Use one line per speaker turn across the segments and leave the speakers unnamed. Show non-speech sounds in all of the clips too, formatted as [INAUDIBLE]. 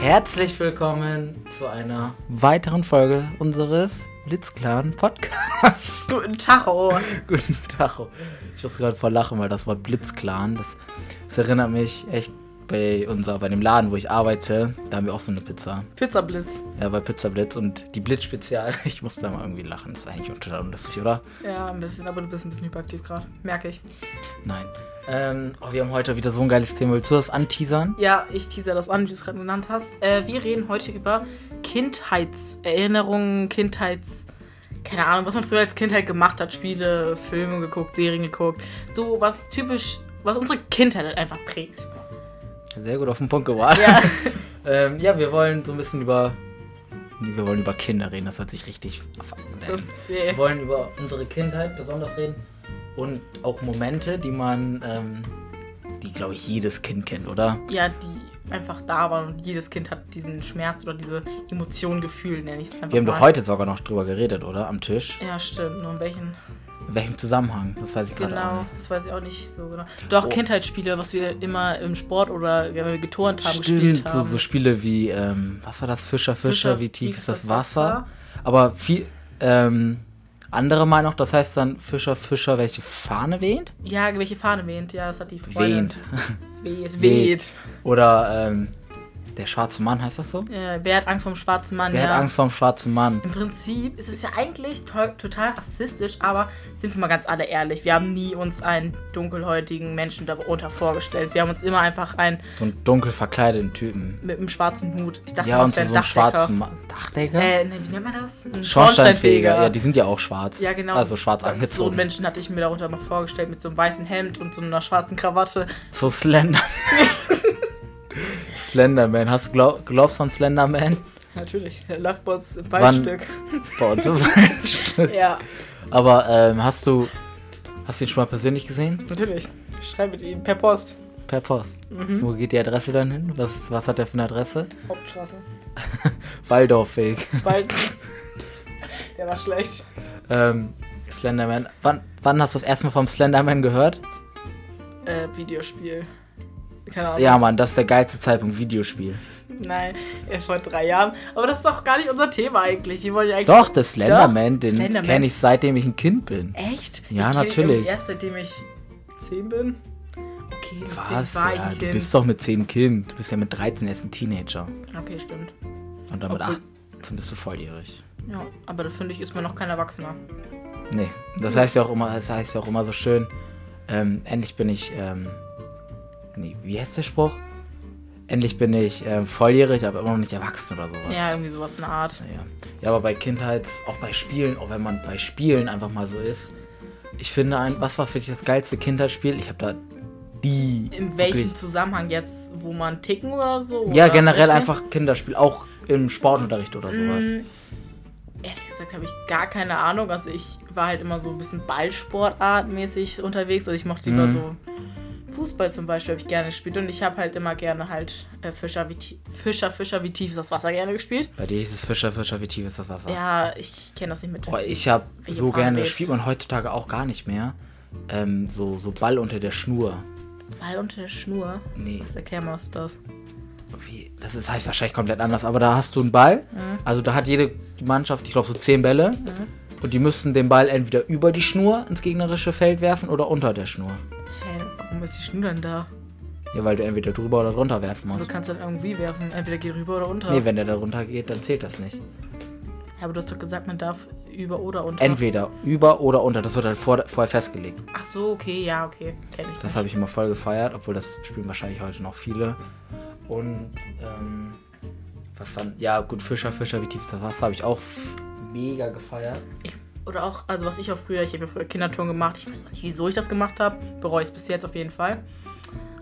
Herzlich willkommen zu einer weiteren Folge unseres Blitzclan Podcasts.
Guten Tacho.
[LAUGHS] Guten Tag. Ich muss gerade vor Lachen, weil das Wort Blitzclan, das, das erinnert mich echt bei unser, bei dem Laden, wo ich arbeite, da haben wir auch so eine Pizza.
Pizza Blitz.
Ja, bei Pizza Blitz und die Blitz Spezial. [LAUGHS] Ich muss da mal irgendwie lachen. Das ist eigentlich total unlustig, oder?
Ja, ein bisschen, aber du bist ein bisschen hyperaktiv gerade. Merke ich.
Nein. Ähm, oh, wir haben heute wieder so ein geiles Thema. Willst du das anteasern?
Ja, ich teaser das an, wie du es gerade genannt hast. Äh, wir reden heute über Kindheitserinnerungen, Kindheits. Keine Ahnung, was man früher als Kindheit gemacht hat. Spiele, Filme geguckt, Serien geguckt. So was typisch, was unsere Kindheit halt einfach prägt.
Sehr gut auf den Punkt gebracht.
Ja.
[LAUGHS] ähm, ja, wir wollen so ein bisschen über. Nee, wir wollen über Kinder reden. Das hört sich richtig.
Das,
Wir wollen über unsere Kindheit besonders reden und auch Momente, die man, ähm, die glaube ich jedes Kind kennt, oder?
ja, die einfach da waren und jedes Kind hat diesen Schmerz oder diese Emotion, Gefühl, nenne ich es einfach
Wir haben doch
mal.
heute sogar noch drüber geredet, oder? Am Tisch.
Ja, stimmt. Nur in welchen?
In welchem Zusammenhang? Das weiß ich gerade auch
Genau,
nicht.
das weiß ich auch nicht so genau. Doch,
Oh.
Kindheitsspiele, was wir immer im Sport oder wenn wir geturnt haben, gespielt
Stimmt, so,
haben.
so Spiele wie, ähm, was war das? Fischer, Fischer, wie tief, ist das Wasser?
Wasser?
Aber viel, ähm, andere meinen auch, das heißt dann Fischer, Fischer, welche Fahne weht?
Ja, welche Fahne weht? Ja, das hat die Freundin.
Weht.
Weht. Weht.
Weht. Oder, ähm, der schwarze Mann, heißt das so?
Äh, wer hat Angst vor dem schwarzen Mann?
Wer
ja.
hat Angst vor dem schwarzen Mann?
Im Prinzip ist es ja eigentlich to total rassistisch, aber sind wir mal ganz alle ehrlich, wir haben nie uns einen dunkelhäutigen Menschen darunter vorgestellt. Wir haben uns immer einfach einen
So einen dunkel verkleideten Typen.
mit einem schwarzen Hut. Ich dachte,
ja,
das
und so,
wäre
so
ein
einen
Dachdecker.
schwarzen Mann. Dachdecker?
Äh, ne, wie nennt man das? Ein
Ja, die sind ja auch schwarz.
Ja, genau.
Also schwarz
das, So einen
angezogen.
Menschen hatte ich mir darunter mal vorgestellt mit so einem weißen Hemd und so einer schwarzen Krawatte.
So
[LAUGHS]
Slender. Slenderman. Hast du glaub, glaubst du an Slenderman?
Natürlich, läuft bei uns im
Wann- [LAUGHS]
Waldstück.
Bei uns
[LAUGHS]
im Wald.
Ja,
Aber ähm, hast du. Hast du ihn schon mal persönlich gesehen?
natürlich. Schreibe mit ihm per Post.
Per Post.
Mhm.
Wo geht die Adresse dann hin? Was, was hat er für eine Adresse?
Hauptstraße.
Waldorfweg. [LAUGHS]
Wald. Der war schlecht.
ähm, Slenderman. Wann, wann hast du das erste Mal vom Slenderman gehört?
Äh, Videospiel. Keine Ahnung.
Ja, Mann, das ist der geilste Zeitpunkt. Videospiel.
Nein, erst vor drei Jahren. Aber das ist doch gar nicht unser Thema eigentlich. Wir wollen ja eigentlich.
Doch, der Slenderman, den
Slenderman.
kenne ich seitdem ich ein Kind bin.
Echt?
Ja,
ich kenn ihn
natürlich.
Erst seitdem ich zehn bin. Okay, mit
Was?
zehn war ich
Ja,
ein
du
Kind.
bist doch mit 10 Kind. Du bist ja mit 13 erst ein Teenager.
Okay, stimmt.
Und dann mit
Obwohl-
18 bist du volljährig.
Ja, aber das finde ich, ist man noch kein Erwachsener.
Nee, das heißt ja auch immer, das heißt ja auch immer so schön, ähm, endlich bin ich, ähm, nee, wie heißt der Spruch? Endlich bin ich ähm, volljährig, aber immer noch nicht erwachsen oder sowas.
Ja, irgendwie sowas in der Art.
Ja, ja aber bei Kindheits, auch bei Spielen, auch wenn man bei Spielen einfach mal so ist, ich finde, ein, was war für dich das geilste Kindheitsspiel? Ich habe da die.
In welchem
wirklich-
Zusammenhang jetzt, wo man ticken oder so?
Ja,
oder
generell
Richtung?
einfach Kinderspiel, auch im Sportunterricht oder sowas.
Mm, Ehrlich gesagt habe ich gar keine Ahnung. Also ich war halt immer so ein bisschen Ballsportartmäßig unterwegs. Also ich mochte immer
Mhm.
so Fußball zum Beispiel habe ich gerne gespielt und ich habe halt immer gerne halt äh, Fischer, wie tie- Fischer, Fischer, wie tief ist das Wasser gerne gespielt.
Bei dir hieß es Fischer, Fischer, wie tief ist das Wasser?
Ja, ich kenne das nicht mit.
Boah, ich habe
Welche
so
Farbe
gerne, das
wählst
spielt man heutzutage auch gar nicht mehr, ähm, so, so Ball unter der Schnur.
Ball unter der Schnur.
Nee.
Was erklär mal, was ist das?
Wie, das ist, heißt wahrscheinlich komplett anders, aber da hast du einen Ball, also da hat jede Mannschaft, ich glaube, so zehn Bälle und die müssen den Ball entweder über die Schnur ins gegnerische Feld werfen oder unter der Schnur.
Hä, warum ist die Schnur denn da? Also
Ja, weil du entweder drüber oder drunter werfen
Du
musst.
kannst dann irgendwie werfen. Entweder geh rüber oder unter.
Nee, wenn der da runter geht, dann zählt das nicht.
Ja, aber du hast doch gesagt, man darf über oder unter.
Entweder über oder unter, das wird halt vor, vorher festgelegt.
Ach so, okay, ja, okay. Kenn ich.
Das habe ich immer voll gefeiert, obwohl das spielen wahrscheinlich heute noch viele. Und ähm, was dann, ja gut, Fischer, Fischer, wie tief ist das Wasser, habe ich auch f- mega gefeiert.
ich. Oder auch, also was ich auch früher, ich habe ja früher Kinderturnen gemacht. Ich weiß auch nicht, wieso ich das gemacht habe. Bereue es bis jetzt auf jeden Fall.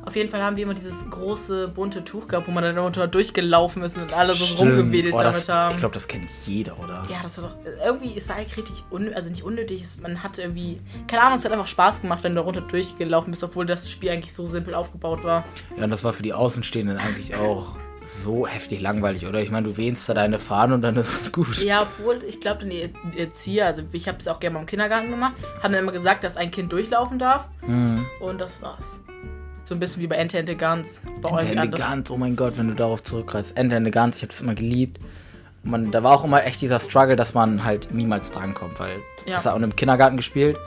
Auf jeden Fall haben wir immer dieses große bunte Tuch gehabt, wo man dann unter durchgelaufen ist und alle so rumgewedelt
oh, das,
damit haben.
ich glaube, das kennt jeder, oder?
ja, das war doch irgendwie, es war eigentlich richtig, un, also nicht unnötig, es, man hatte irgendwie, keine Ahnung, es hat einfach Spaß gemacht, wenn du da runter durchgelaufen bist, obwohl das Spiel eigentlich so simpel aufgebaut war.
Ja, und das war für die Außenstehenden eigentlich auch so heftig langweilig, oder? Ich meine, du wehnst da deine Fahne und dann ist es gut.
Ja, obwohl, ich glaube, die Erzieher, also ich habe es auch
Mhm.
gerne mal im Kindergarten gemacht, haben dann immer gesagt, dass ein Kind durchlaufen darf. Und das war's. So ein bisschen wie bei Ente Ente Gans. Bei
Ente
euch anders.
Elegant, oh mein Gott, wenn du darauf zurückgreifst. Ente Elegant, ich habe das immer geliebt. Man, da war auch immer echt dieser Struggle, dass man halt niemals drankommt, weil
Ja.
das hat auch im Kindergarten gespielt.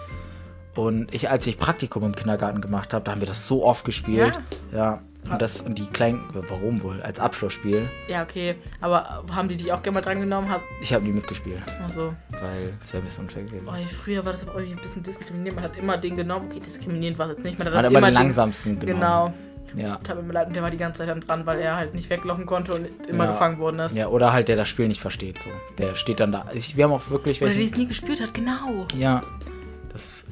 Und ich, als ich Praktikum im Kindergarten gemacht habe, da haben wir das so oft gespielt. Ja. Und das und die kleinen, warum wohl? Als Abschlussspiel.
Ja, okay. Aber haben die dich auch gerne mal drangenommen? Hast-
Ich habe nie mitgespielt,
Also,
weil es ja ein bisschen unfair gewesen.
oh, früher war das aber irgendwie ein bisschen diskriminierend. Man hat immer den genommen. Okay, diskriminierend war es jetzt nicht. Man hat,
Man hat
halt
immer
immer
den langsamsten
Den,
genommen.
genau.
Ja.
Tat mir leid, und der war die ganze Zeit dann dran, weil er halt nicht weglaufen konnte und immer
Ja.
gefangen worden ist.
ja. Oder halt der das Spiel nicht versteht. So. Der steht dann da. Ich, wir haben auch wirklich
Oder
welche.
die es nie gespürt hat, genau.
Ja, das.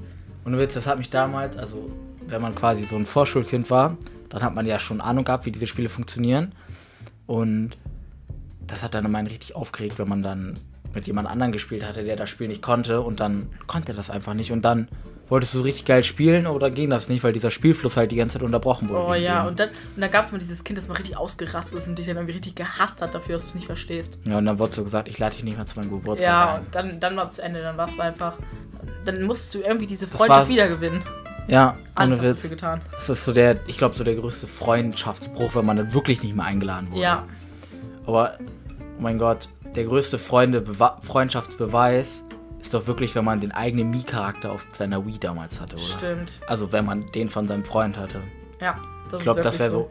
Und du willst, das hat mich damals, also wenn man quasi so ein Vorschulkind war, dann hat man ja schon Ahnung gehabt, wie diese Spiele funktionieren. Und das hat dann immer einen richtig aufgeregt, wenn man dann mit jemand anderem gespielt hatte, der das Spiel nicht konnte und dann konnte er das einfach nicht. Und dann wolltest du richtig geil spielen oder ging das nicht, weil dieser Spielfluss halt die ganze Zeit unterbrochen wurde.
Oh
wegen
ja,
dem.
und dann, und dann gab es mal dieses Kind, das mal richtig ausgerastet ist und dich dann irgendwie richtig gehasst hat dafür, dass du es nicht verstehst.
ja, und dann wurde so gesagt, ich lade dich nicht mehr zu meinem Geburtstag
Ja,
ein.
und dann, dann war es zu Ende, dann war es einfach. Dann musstest du irgendwie diese
war-
Freundschaft wiedergewinnen.
Ja,
Alles
ohne
hast du dafür
Witz.
getan.
Das ist so der, ich glaube, so der größte Freundschaftsbruch, wenn man dann wirklich nicht mehr eingeladen wurde.
Ja,
Aber, oh mein Gott, der größte Freunde Bewa- Freundschaftsbeweis ist doch wirklich, wenn man den eigenen Mii-Charakter auf seiner Wii damals hatte, oder?
stimmt.
Also, wenn man den von seinem Freund hatte.
Ja, das
Ich glaube,
ist
das wäre
wirklich
so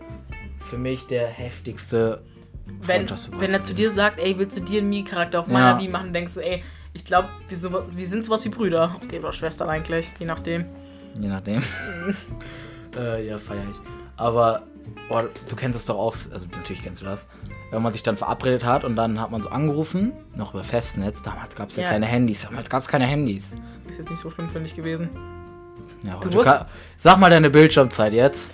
für mich der heftigste
Wenn,
Freundschaftsbeweis.
wenn er zu dir sagt, ey, willst du dir einen Mii-Charakter auf meiner
Ja.
Wii machen, denkst du, ey, ich glaube, wir, so, wir sind sowas wie Brüder. Okay, oder Schwestern eigentlich, je nachdem.
Je nachdem. [LAUGHS] äh, ja, feier ich. Aber oh, du kennst es doch auch, also natürlich kennst du das. Wenn man sich dann verabredet hat und dann hat man so angerufen, noch über Festnetz, damals gab es ja,
Ja.
keine Handys, damals gab es keine Handys.
Ist jetzt nicht so schlimm, finde ich, gewesen.
Ja,
Du
heute
musst-
ka- Sag mal deine Bildschirmzeit jetzt.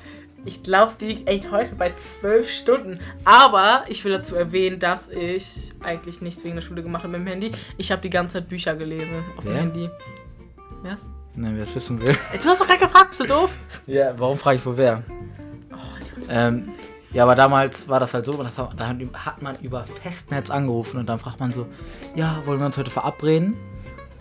Ich glaube, die liegt echt heute bei zwölf Stunden. Aber ich will dazu erwähnen, dass ich eigentlich nichts wegen der Schule gemacht habe mit dem Handy. Ich habe die ganze Zeit Bücher gelesen auf dem
Wer?
Handy. Was?
Nein, wer es wissen will.
Ey, Du hast doch gerade gefragt, bist du doof?
Ja, warum frage ich, wo wer? Ähm, ja, aber damals war das halt so, das hat, da hat man über Festnetz angerufen und dann fragt man so, ja, wollen wir uns heute verabreden?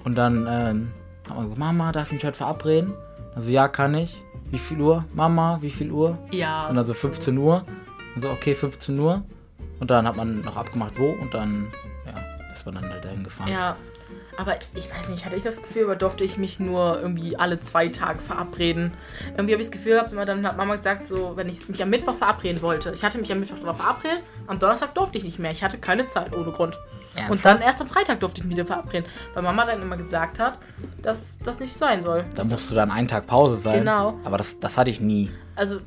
Und dann ähm, hat man gesagt, Mama, darf ich mich heute verabreden? Also ja, kann ich. Wie viel Uhr? Mama, wie viel Uhr?
Ja.
Und also dann so 15 Uhr. Und so, okay, 15 Uhr. Und dann hat man noch abgemacht, wo. Und dann, ja, ist man dann halt dahin gefahren.
Ja. Aber ich weiß nicht, hatte ich das Gefühl, aber durfte ich mich nur irgendwie alle zwei Tage verabreden? Irgendwie habe ich das Gefühl gehabt, immer dann hat Mama gesagt, so, wenn ich mich am Mittwoch verabreden wollte. Ich hatte mich am Mittwoch darauf verabredet, am Donnerstag durfte ich nicht mehr. Ich hatte keine Zeit ohne Grund. Und dann erst am Freitag durfte ich mich wieder verabreden, weil Mama dann immer gesagt hat, dass das nicht sein soll.
Da musst du dann einen Tag Pause sein.
Genau.
Aber das, das hatte ich nie.
Also,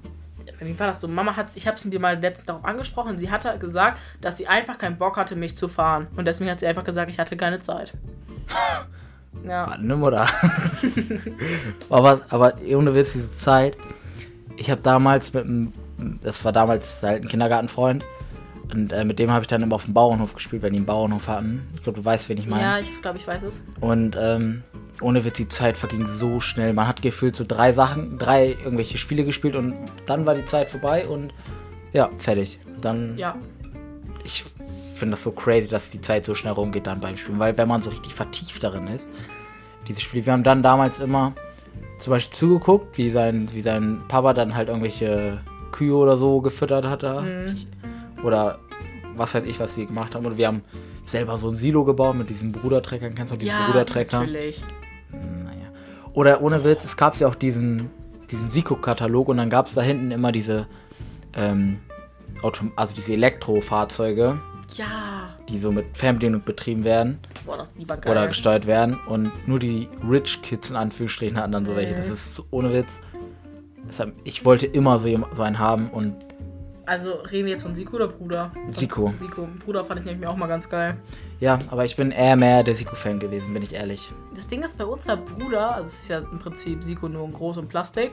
wie war das so? Mama hat, ich habe es mir mal letztens darauf angesprochen, sie hatte gesagt, dass sie einfach keinen Bock hatte, mich zu fahren. Und deswegen hat sie einfach gesagt, ich hatte keine
[LAUGHS]
Zeit. ja.
Nimm oder? Ah, ne, [LAUGHS] aber, aber ohne Witz, diese Zeit. Ich habe damals mit einem, das war damals halt ein Kindergartenfreund. Und äh, mit dem habe ich dann immer auf dem Bauernhof gespielt, wenn die einen Bauernhof hatten. Ich glaube, du weißt, wen ich meine.
Ja, ich glaube, ich weiß es.
Und ähm, ohne Witz, die Zeit verging so schnell. Man hat gefühlt so drei Sachen, drei irgendwelche Spiele gespielt und dann war die Zeit vorbei und ja, fertig. Dann,
Ja.
ich finde das so crazy, dass die Zeit so schnell rumgeht dann beim Spielen, weil wenn man so richtig vertieft darin ist, diese Spiele, wir haben dann damals immer zum Beispiel zugeguckt, wie sein, wie sein Papa dann halt irgendwelche Kühe oder so gefüttert hat da.
Mhm.
Oder was weiß ich, was sie gemacht haben. Und wir haben selber so ein Silo gebaut mit diesen Brudertreckern. Kennst du diesen
ja,
Brudertrecker?
natürlich.
Naja. Oder ohne Witz, es gab ja auch diesen, diesen Siko-Katalog und dann gab es da hinten immer diese, ähm, Autom also diese ne? Elektrofahrzeuge,
Ja.
die so mit Fernbedienung betrieben werden
Boah, das die war geil.
oder gesteuert werden. Und nur die Rich Kids in Anführungsstrichen hatten dann so welche.
Mhm.
Das ist so, ohne Witz. Deshalb, ich wollte immer so, jem- so einen haben und
also reden wir jetzt von Siku oder Bruder?
Siko.
Siku. Bruder fand ich nämlich auch mal ganz geil.
Ja, aber ich bin eher mehr der Siko-Fan gewesen, bin ich ehrlich.
Das Ding ist, bei uns war Bruder, also es ist ja im Prinzip Siko nur in groß und Plastik,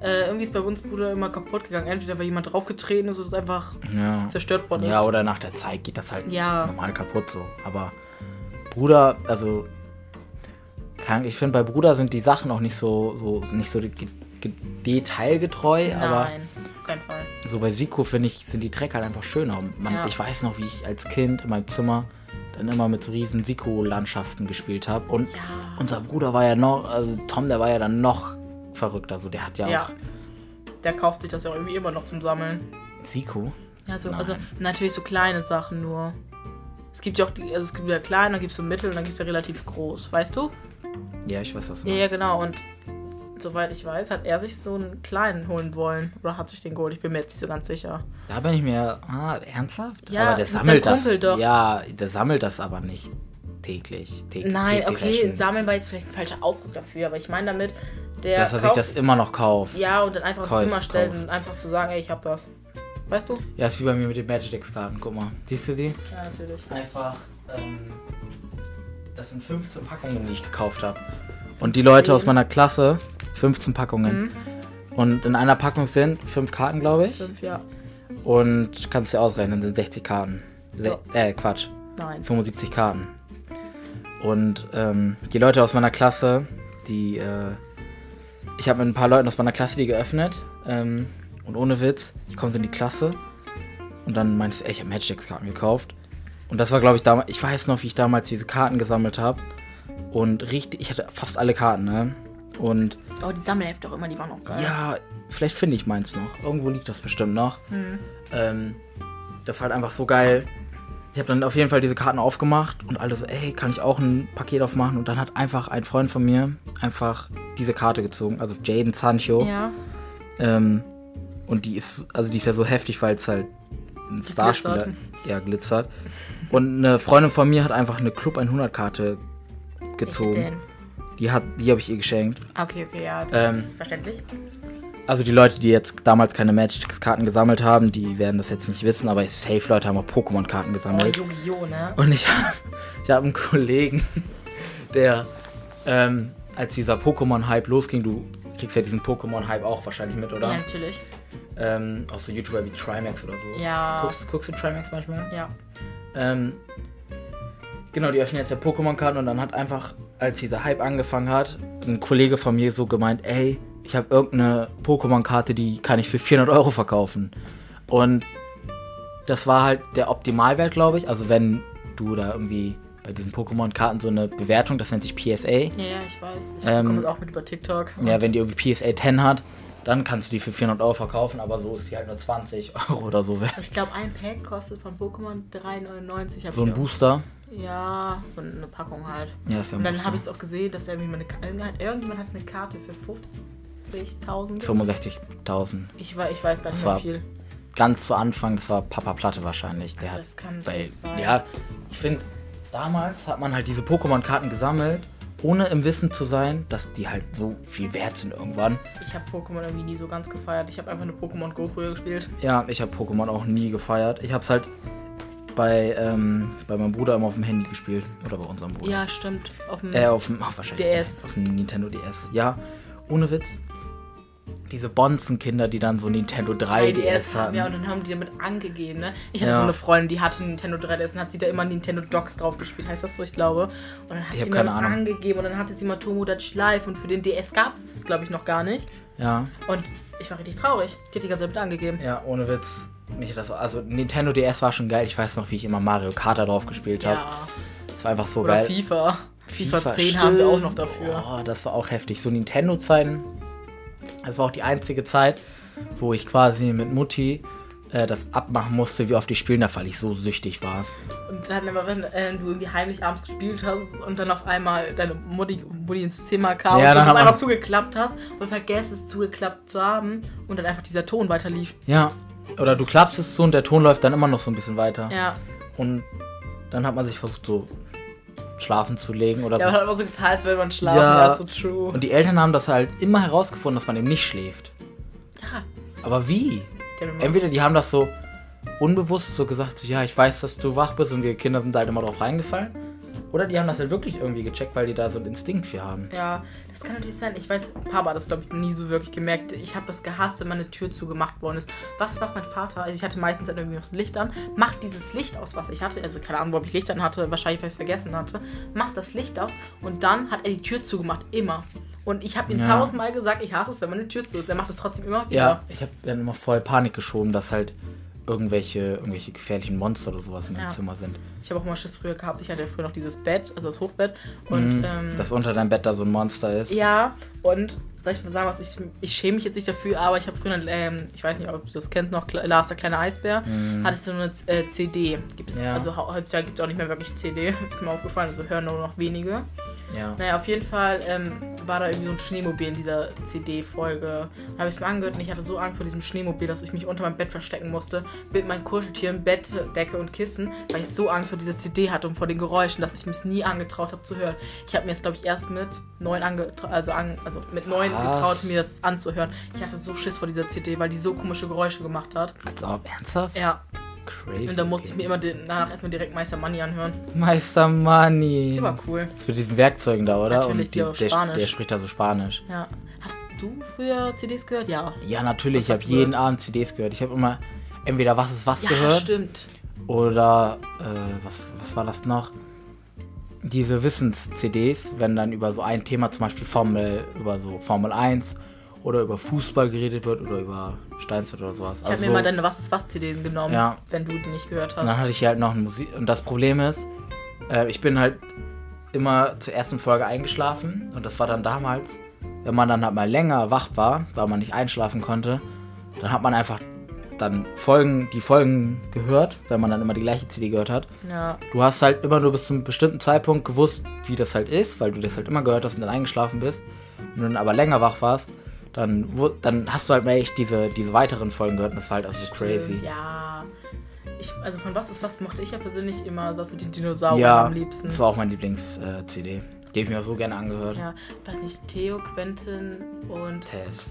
äh, irgendwie ist bei uns Bruder immer kaputt gegangen. Entweder weil jemand draufgetreten ist oder es einfach
Ja.
zerstört worden ist.
Ja, oder nach der Zeit geht das halt
Ja.
normal kaputt so. Aber Bruder, also kann, ich finde bei Bruder sind die Sachen auch nicht so, so nicht so de- ge- ge- detailgetreu, aber
Nein, auf keinen Fall.
so bei Siko finde ich sind die Trecker halt einfach schöner. Und Man,
Ja.
Ich weiß noch, wie ich als Kind in meinem Zimmer dann immer mit so riesen Siko-Landschaften gespielt habe und
Ja.
unser Bruder war ja noch, also Tom, der war ja dann noch verrückter, so der hat ja,
Ja.
auch
der kauft sich das ja auch irgendwie immer noch zum Sammeln.
Zico?
Ja, so,
Nein.
also natürlich so kleine Sachen nur. Es gibt ja auch die, also es gibt ja klein, dann gibt es so mittel und dann gibt es ja relativ groß, weißt du?
Ja, ich weiß das
Ja,
nicht.
ja, genau. Und soweit ich weiß, hat er sich so einen kleinen holen wollen. Oder hat sich den geholt? Ich bin mir jetzt nicht so ganz sicher.
Da bin ich mir. Ah, ernsthaft?
Ja,
aber der
mit seinem
sammelt das.
Kumpel doch.
Ja, der sammelt das aber nicht täglich. Täg
Nein,
täglich
okay,
essen.
sammeln war jetzt vielleicht ein falscher Ausdruck dafür, aber ich meine damit, der.
Dass er sich
kauft-
das immer noch kauft.
Ja, und dann einfach ins
Kauf,
Zimmer stellt
Kauf.
und einfach zu sagen, ey, ich hab das. Weißt du?
Ja, ist wie bei mir mit den Magic X-Karten. Guck mal. Siehst du die?
Ja, natürlich.
Einfach. Ähm, das sind 15 Packungen, die ich gekauft habe. Und die Leute
Mhm.
aus meiner Klasse, 15 Packungen. Und in einer Packung sind fünf Karten, glaube ich.
Fünf, ja.
Und kannst dir ausrechnen, sind 60 Karten. Se
Ja.
Äh, Quatsch.
Nein.
75 Karten. Und ähm, die Leute aus meiner Klasse, die. Äh, ich habe mit ein paar Leuten aus meiner Klasse die geöffnet. Ähm, und ohne Witz, ich komme so in die Klasse. Und dann meinst du, ey, ich habe Magic-Karten gekauft. Und das war, glaube ich, damals. Ich weiß noch, wie ich damals diese Karten gesammelt habe. Und richtig, ich hatte fast alle Karten, ne? Und
Oh, die Sammel-App doch immer, die waren auch geil.
ja, vielleicht finde ich meins noch. Irgendwo liegt das bestimmt noch.
Hm.
Ähm, das war halt einfach so geil. Ich habe dann auf jeden Fall diese Karten aufgemacht und alle so, ey, kann ich auch ein Paket aufmachen? Und dann hat einfach ein Freund von mir einfach diese Karte gezogen, also Jaden Sancho.
Ja.
Ähm, und die ist, also die ist ja so heftig, weil es halt ein Starspieler
glitzert.
ja, glitzert. Und eine Freundin von mir hat einfach eine Club 100 Karte gezogen.
Denn. Ah,
Die, hat- die habe ich ihr geschenkt.
Okay, okay, ja, das
Ähm.
ist verständlich. Oh,
Also die Leute, die jetzt damals keine Magic-Karten gesammelt haben, die werden das jetzt nicht wissen, aber safe Leute haben auch Pokémon-Karten
Oh,
gesammelt.
Yu-Gi-Oh, ne?
Und ich habe ich hab einen Kollegen, der, ähm, als dieser Pokémon-Hype losging, du kriegst ja diesen Pokémon-Hype auch wahrscheinlich mit,
Ja,
oder?
natürlich.
Ähm, auch so YouTuber wie Trimax oder so.
Ja.
Guckst, guckst du Trimax manchmal?
Ja.
Ähm, genau, die öffnen jetzt ja Pokémon-Karten und dann hat einfach, als dieser Hype angefangen hat, ein Kollege von mir so gemeint, ey, ich habe irgendeine Pokémon-Karte, die kann ich für 400 Euro verkaufen. Und das war halt der Optimalwert, glaube ich. Also wenn du da irgendwie bei diesen Pokémon-Karten so eine Bewertung, das nennt sich PSA.
Ja, ja, ich weiß. Ich
Ähm,
komme das auch mit über TikTok.
Ja, wenn die irgendwie PSA 10 hat, dann kannst du die für 400 Euro verkaufen, aber so ist die halt nur 20 [LAUGHS] Euro oder so wert.
Ich glaube, ein Pack kostet von Pokémon 3,99. hab
So ein
ich auch-
Booster.
Ja, so eine Packung halt.
Ja, ist ja ein
Und dann
Booster.
habe ich es auch gesehen, dass irgendwie meine, Ka- irgendjemand irgendjemand hat eine Karte für 50.000.
65.000.
Ich, wei- ich weiß gar nicht
Das
mehr
war-
wie viel.
ganz zu Anfang, das war Papa Platte wahrscheinlich. Der
Das
hat
kann
bei,
gut sein.
Ja, ich finde, damals hat man halt diese Pokémon-Karten gesammelt, ohne im Wissen zu sein, dass die halt so viel wert sind irgendwann.
Ich habe Pokémon irgendwie nie so ganz gefeiert. Ich habe einfach nur Pokémon Go früher gespielt.
Ja, ich habe Pokémon auch nie gefeiert. Ich habe es halt bei, ähm, bei meinem Bruder immer auf dem Handy gespielt. Oder bei unserem Bruder.
Ja, stimmt. Auf dem E
Äh, auf dem, ach, wahrscheinlich.
DS.
Auf dem Nintendo DS. Ja, ohne Witz. Diese Bonzenkinder, die dann so Nintendo 3DS hatten.
Ja, und dann haben die damit angegeben, ne? Ich hatte
Ja.
so eine Freundin, die hatte einen Nintendo 3DS und hat sie da immer Nintendo Docs drauf gespielt, heißt das so, ich glaube. Und dann hat
Ich hab
sie mir
keine
dann
Ahnung.
angegeben und dann hatte sie mal Tomodachi Live und für den DS gab es es, glaube ich, noch gar nicht.
ja.
Und ich war richtig traurig. Die hat die ganze Zeit mit angegeben.
Ja, ohne Witz. Mich hat das, also Nintendo DS war schon geil. Ich weiß noch, wie ich immer Mario Kart da drauf gespielt habe. Das war einfach so
Oder
geil.
FIFA. FIFA, 10 haben wir auch noch dafür.
Oh, das war auch heftig. So Nintendo-Zeiten. Das war auch die einzige Zeit, wo ich quasi mit Mutti äh, das abmachen musste, wie oft die spielen darf, weil ich so süchtig war.
Und dann immer, wenn äh, du irgendwie heimlich abends gespielt hast und dann auf einmal deine Mutti, Mutti ins Zimmer kam
Ja, dann
und du das
hat man-
einfach zugeklappt hast und vergessen es zugeklappt zu haben und dann einfach dieser Ton weiter lief.
Ja. Oder du klappst es so und der Ton läuft dann immer noch so ein bisschen weiter.
Ja.
Und dann hat man sich versucht, so schlafen zu legen oder
Ja, man
so.
hat immer so getan, als würde man schlafen.
Ja.
Also Ja, ist so true.
Und die Eltern haben das halt immer herausgefunden, dass man eben nicht schläft.
ja.
Aber wie?
Der hat immer-
Entweder die haben das so unbewusst so gesagt, so, ja, ich weiß, dass du wach bist und wir Kinder sind da halt immer drauf reingefallen. Oder die haben das halt wirklich irgendwie gecheckt, weil die da so einen Instinkt für haben.
Ja, das kann natürlich sein. Ich weiß, Papa hat das, glaube ich, nie so wirklich gemerkt. Ich habe das gehasst, wenn meine Tür zugemacht worden ist. Was macht mein Vater? Also ich hatte meistens halt irgendwie noch so ein Licht an. Macht dieses Licht aus, was ich hatte. Also keine Ahnung, ob ich Licht an hatte. Wahrscheinlich, weil ich es vergessen hatte. Macht das Licht aus und dann hat er die Tür zugemacht. Immer. Und ich habe ihm
Ja.
tausendmal gesagt, ich hasse es, wenn meine Tür zu ist. Er macht es trotzdem immer wieder.
Ja, ich habe dann immer voll Panik geschoben, dass halt irgendwelche, irgendwelche gefährlichen Monster oder sowas in meinem
Ja.
Zimmer sind.
Ich habe auch mal Schiss früher gehabt. Ich hatte ja früher noch dieses Bett, also das Hochbett. Und
Mhm.
ähm,
Dass unter deinem Bett da so ein Monster ist.
Ja, und soll ich mal sagen, was ich, ich schäme mich jetzt nicht dafür, aber ich habe früher, ähm, ich weiß nicht, ob du das kennst noch, Kle- Lars der kleine Eisbär, hatte ich so eine äh, CD. Gibt es,
Mhm. Ja.
Also hau- heutzutage gibt es auch nicht mehr wirklich CD, [LAUGHS] ist mir aufgefallen, also hören nur noch wenige.
Ja.
Naja, auf jeden Fall ähm, war da irgendwie so ein Schneemobil in dieser CD-Folge. Da habe ich es mir angehört und ich hatte so Angst vor diesem Schneemobil, dass ich mich unter meinem Bett verstecken musste, mit meinen Kuscheltieren, Bett, Decke und Kissen, weil ich so Angst vor dieser CD hatte und vor den Geräuschen, dass ich mich nie angetraut habe zu hören. Ich habe mir es, glaube ich, erst mit neun angetraut, also, an also mit neun
Was?
getraut, mir das anzuhören. Ich hatte so Schiss vor dieser CD, weil die so komische Geräusche gemacht hat.
Als ob, ernsthaft?
Ja,
Crazy.
und dann musste ich mir immer den, danach erstmal direkt Meister Money anhören.
Meister Money.
Das war cool.
Das mit diesen Werkzeugen da, oder?
Natürlich,
Und
die auch
der,
Spanisch.
der spricht da so Spanisch.
Ja. Hast du früher CDs gehört? Ja.
Ja, natürlich. Ich
Was
habe
hast du
jeden
gehört?
Abend CDs gehört. Ich habe immer entweder Was ist was
Ja,
gehört
stimmt.
oder äh, was, was war das noch? Diese Wissens-CDs, wenn dann über so ein Thema, zum Beispiel Formel, über so Formel 1 oder über Fußball geredet wird oder über Steinzeit oder sowas.
Ich habe mir
so,
mal deine Was ist was CD genommen,
Also Ja.
wenn du die nicht gehört
Und dann
hast.
hatte ich hier halt noch ein Musik. Und das Problem ist, äh, ich bin halt immer zur ersten Folge eingeschlafen. Und das war dann damals, wenn man dann halt mal länger wach war, weil man nicht einschlafen konnte, dann hat man einfach dann Folgen, die Folgen gehört, wenn man dann immer die gleiche CD gehört hat.
Ja,
Du hast halt immer nur bis zu einem bestimmten Zeitpunkt gewusst, wie das halt ist, weil du das halt immer gehört hast und dann eingeschlafen bist. Wenn du dann aber länger wach warst, dann, wu- dann hast du halt mal echt diese, diese weiteren Folgen gehört und das war halt auch so crazy.
stimmt, Ja. Ich, also von Was ist was mochte ich ja persönlich immer das mit den Dinosauriern
ja,
am liebsten.
Das war auch mein Lieblings-CD. die habe ich mir auch so gerne angehört.
Ja, weiß nicht, Theo, Quentin und
Tess,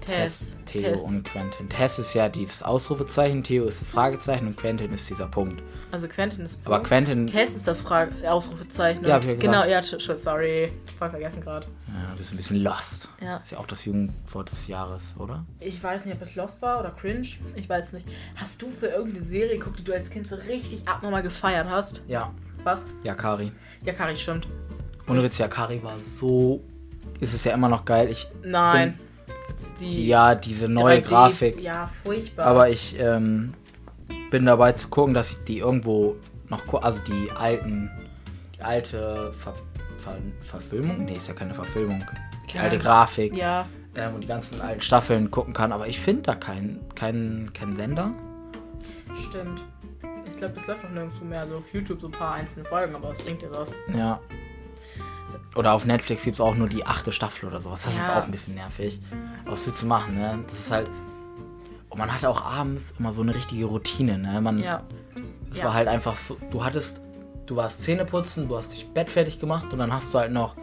Tess,
Tess.
Theo
Tess.
und Quentin. Tess ist ja dieses Ausrufezeichen, Theo ist das Fragezeichen und Quentin ist dieser Punkt.
Also Quentin ist
Aber Quentin,
Tess ist das Frage Ausrufezeichen.
Ja,
und-
hab ich ja gesagt.
genau, ja, sch- sch- sorry. Voll vergessen gerade.
ja, das ist ein bisschen lost.
Ja.
Ist ja auch das Jugendwort des Jahres, oder?
Ich weiß nicht, ob es Lost war oder Cringe. Ich weiß nicht. Hast du für irgendeine Serie geguckt, die du als Kind so richtig abnormal gefeiert hast?
Ja.
Was?
Yakari.
Ja, Kari, stimmt.
Ohne Witz, Yakari war so. Ist es ja immer noch geil. Ich,
Nein. Jetzt die
ja, diese neue
3D
Grafik.
Ja, furchtbar.
Aber ich ähm, bin dabei zu gucken, dass ich die irgendwo noch, gu- also die alten, die alte Ver Ver Verfilmung, nee, ist ja keine Verfilmung, die
Ja.
alte Grafik
ja,
ähm, und die ganzen alten Staffeln gucken kann, aber ich finde da keinen keinen keinen Sender.
stimmt. Ich glaube, das läuft auch nirgendwo mehr. Also auf YouTube so ein paar einzelne Folgen, aber es bringt dir was.
Ja. Oder auf Netflix gibt es auch nur die achte Staffel oder sowas. Das ist
Ja.
auch ein bisschen nervig. Aber was willst du machen, ne? Das ist halt. Und man hat auch abends immer so eine richtige Routine, ne? Man,
Ja.
Es
Ja.
war halt einfach so, du hattest, du warst Zähneputzen, du hast dich Bett fertig gemacht und dann hast du halt noch,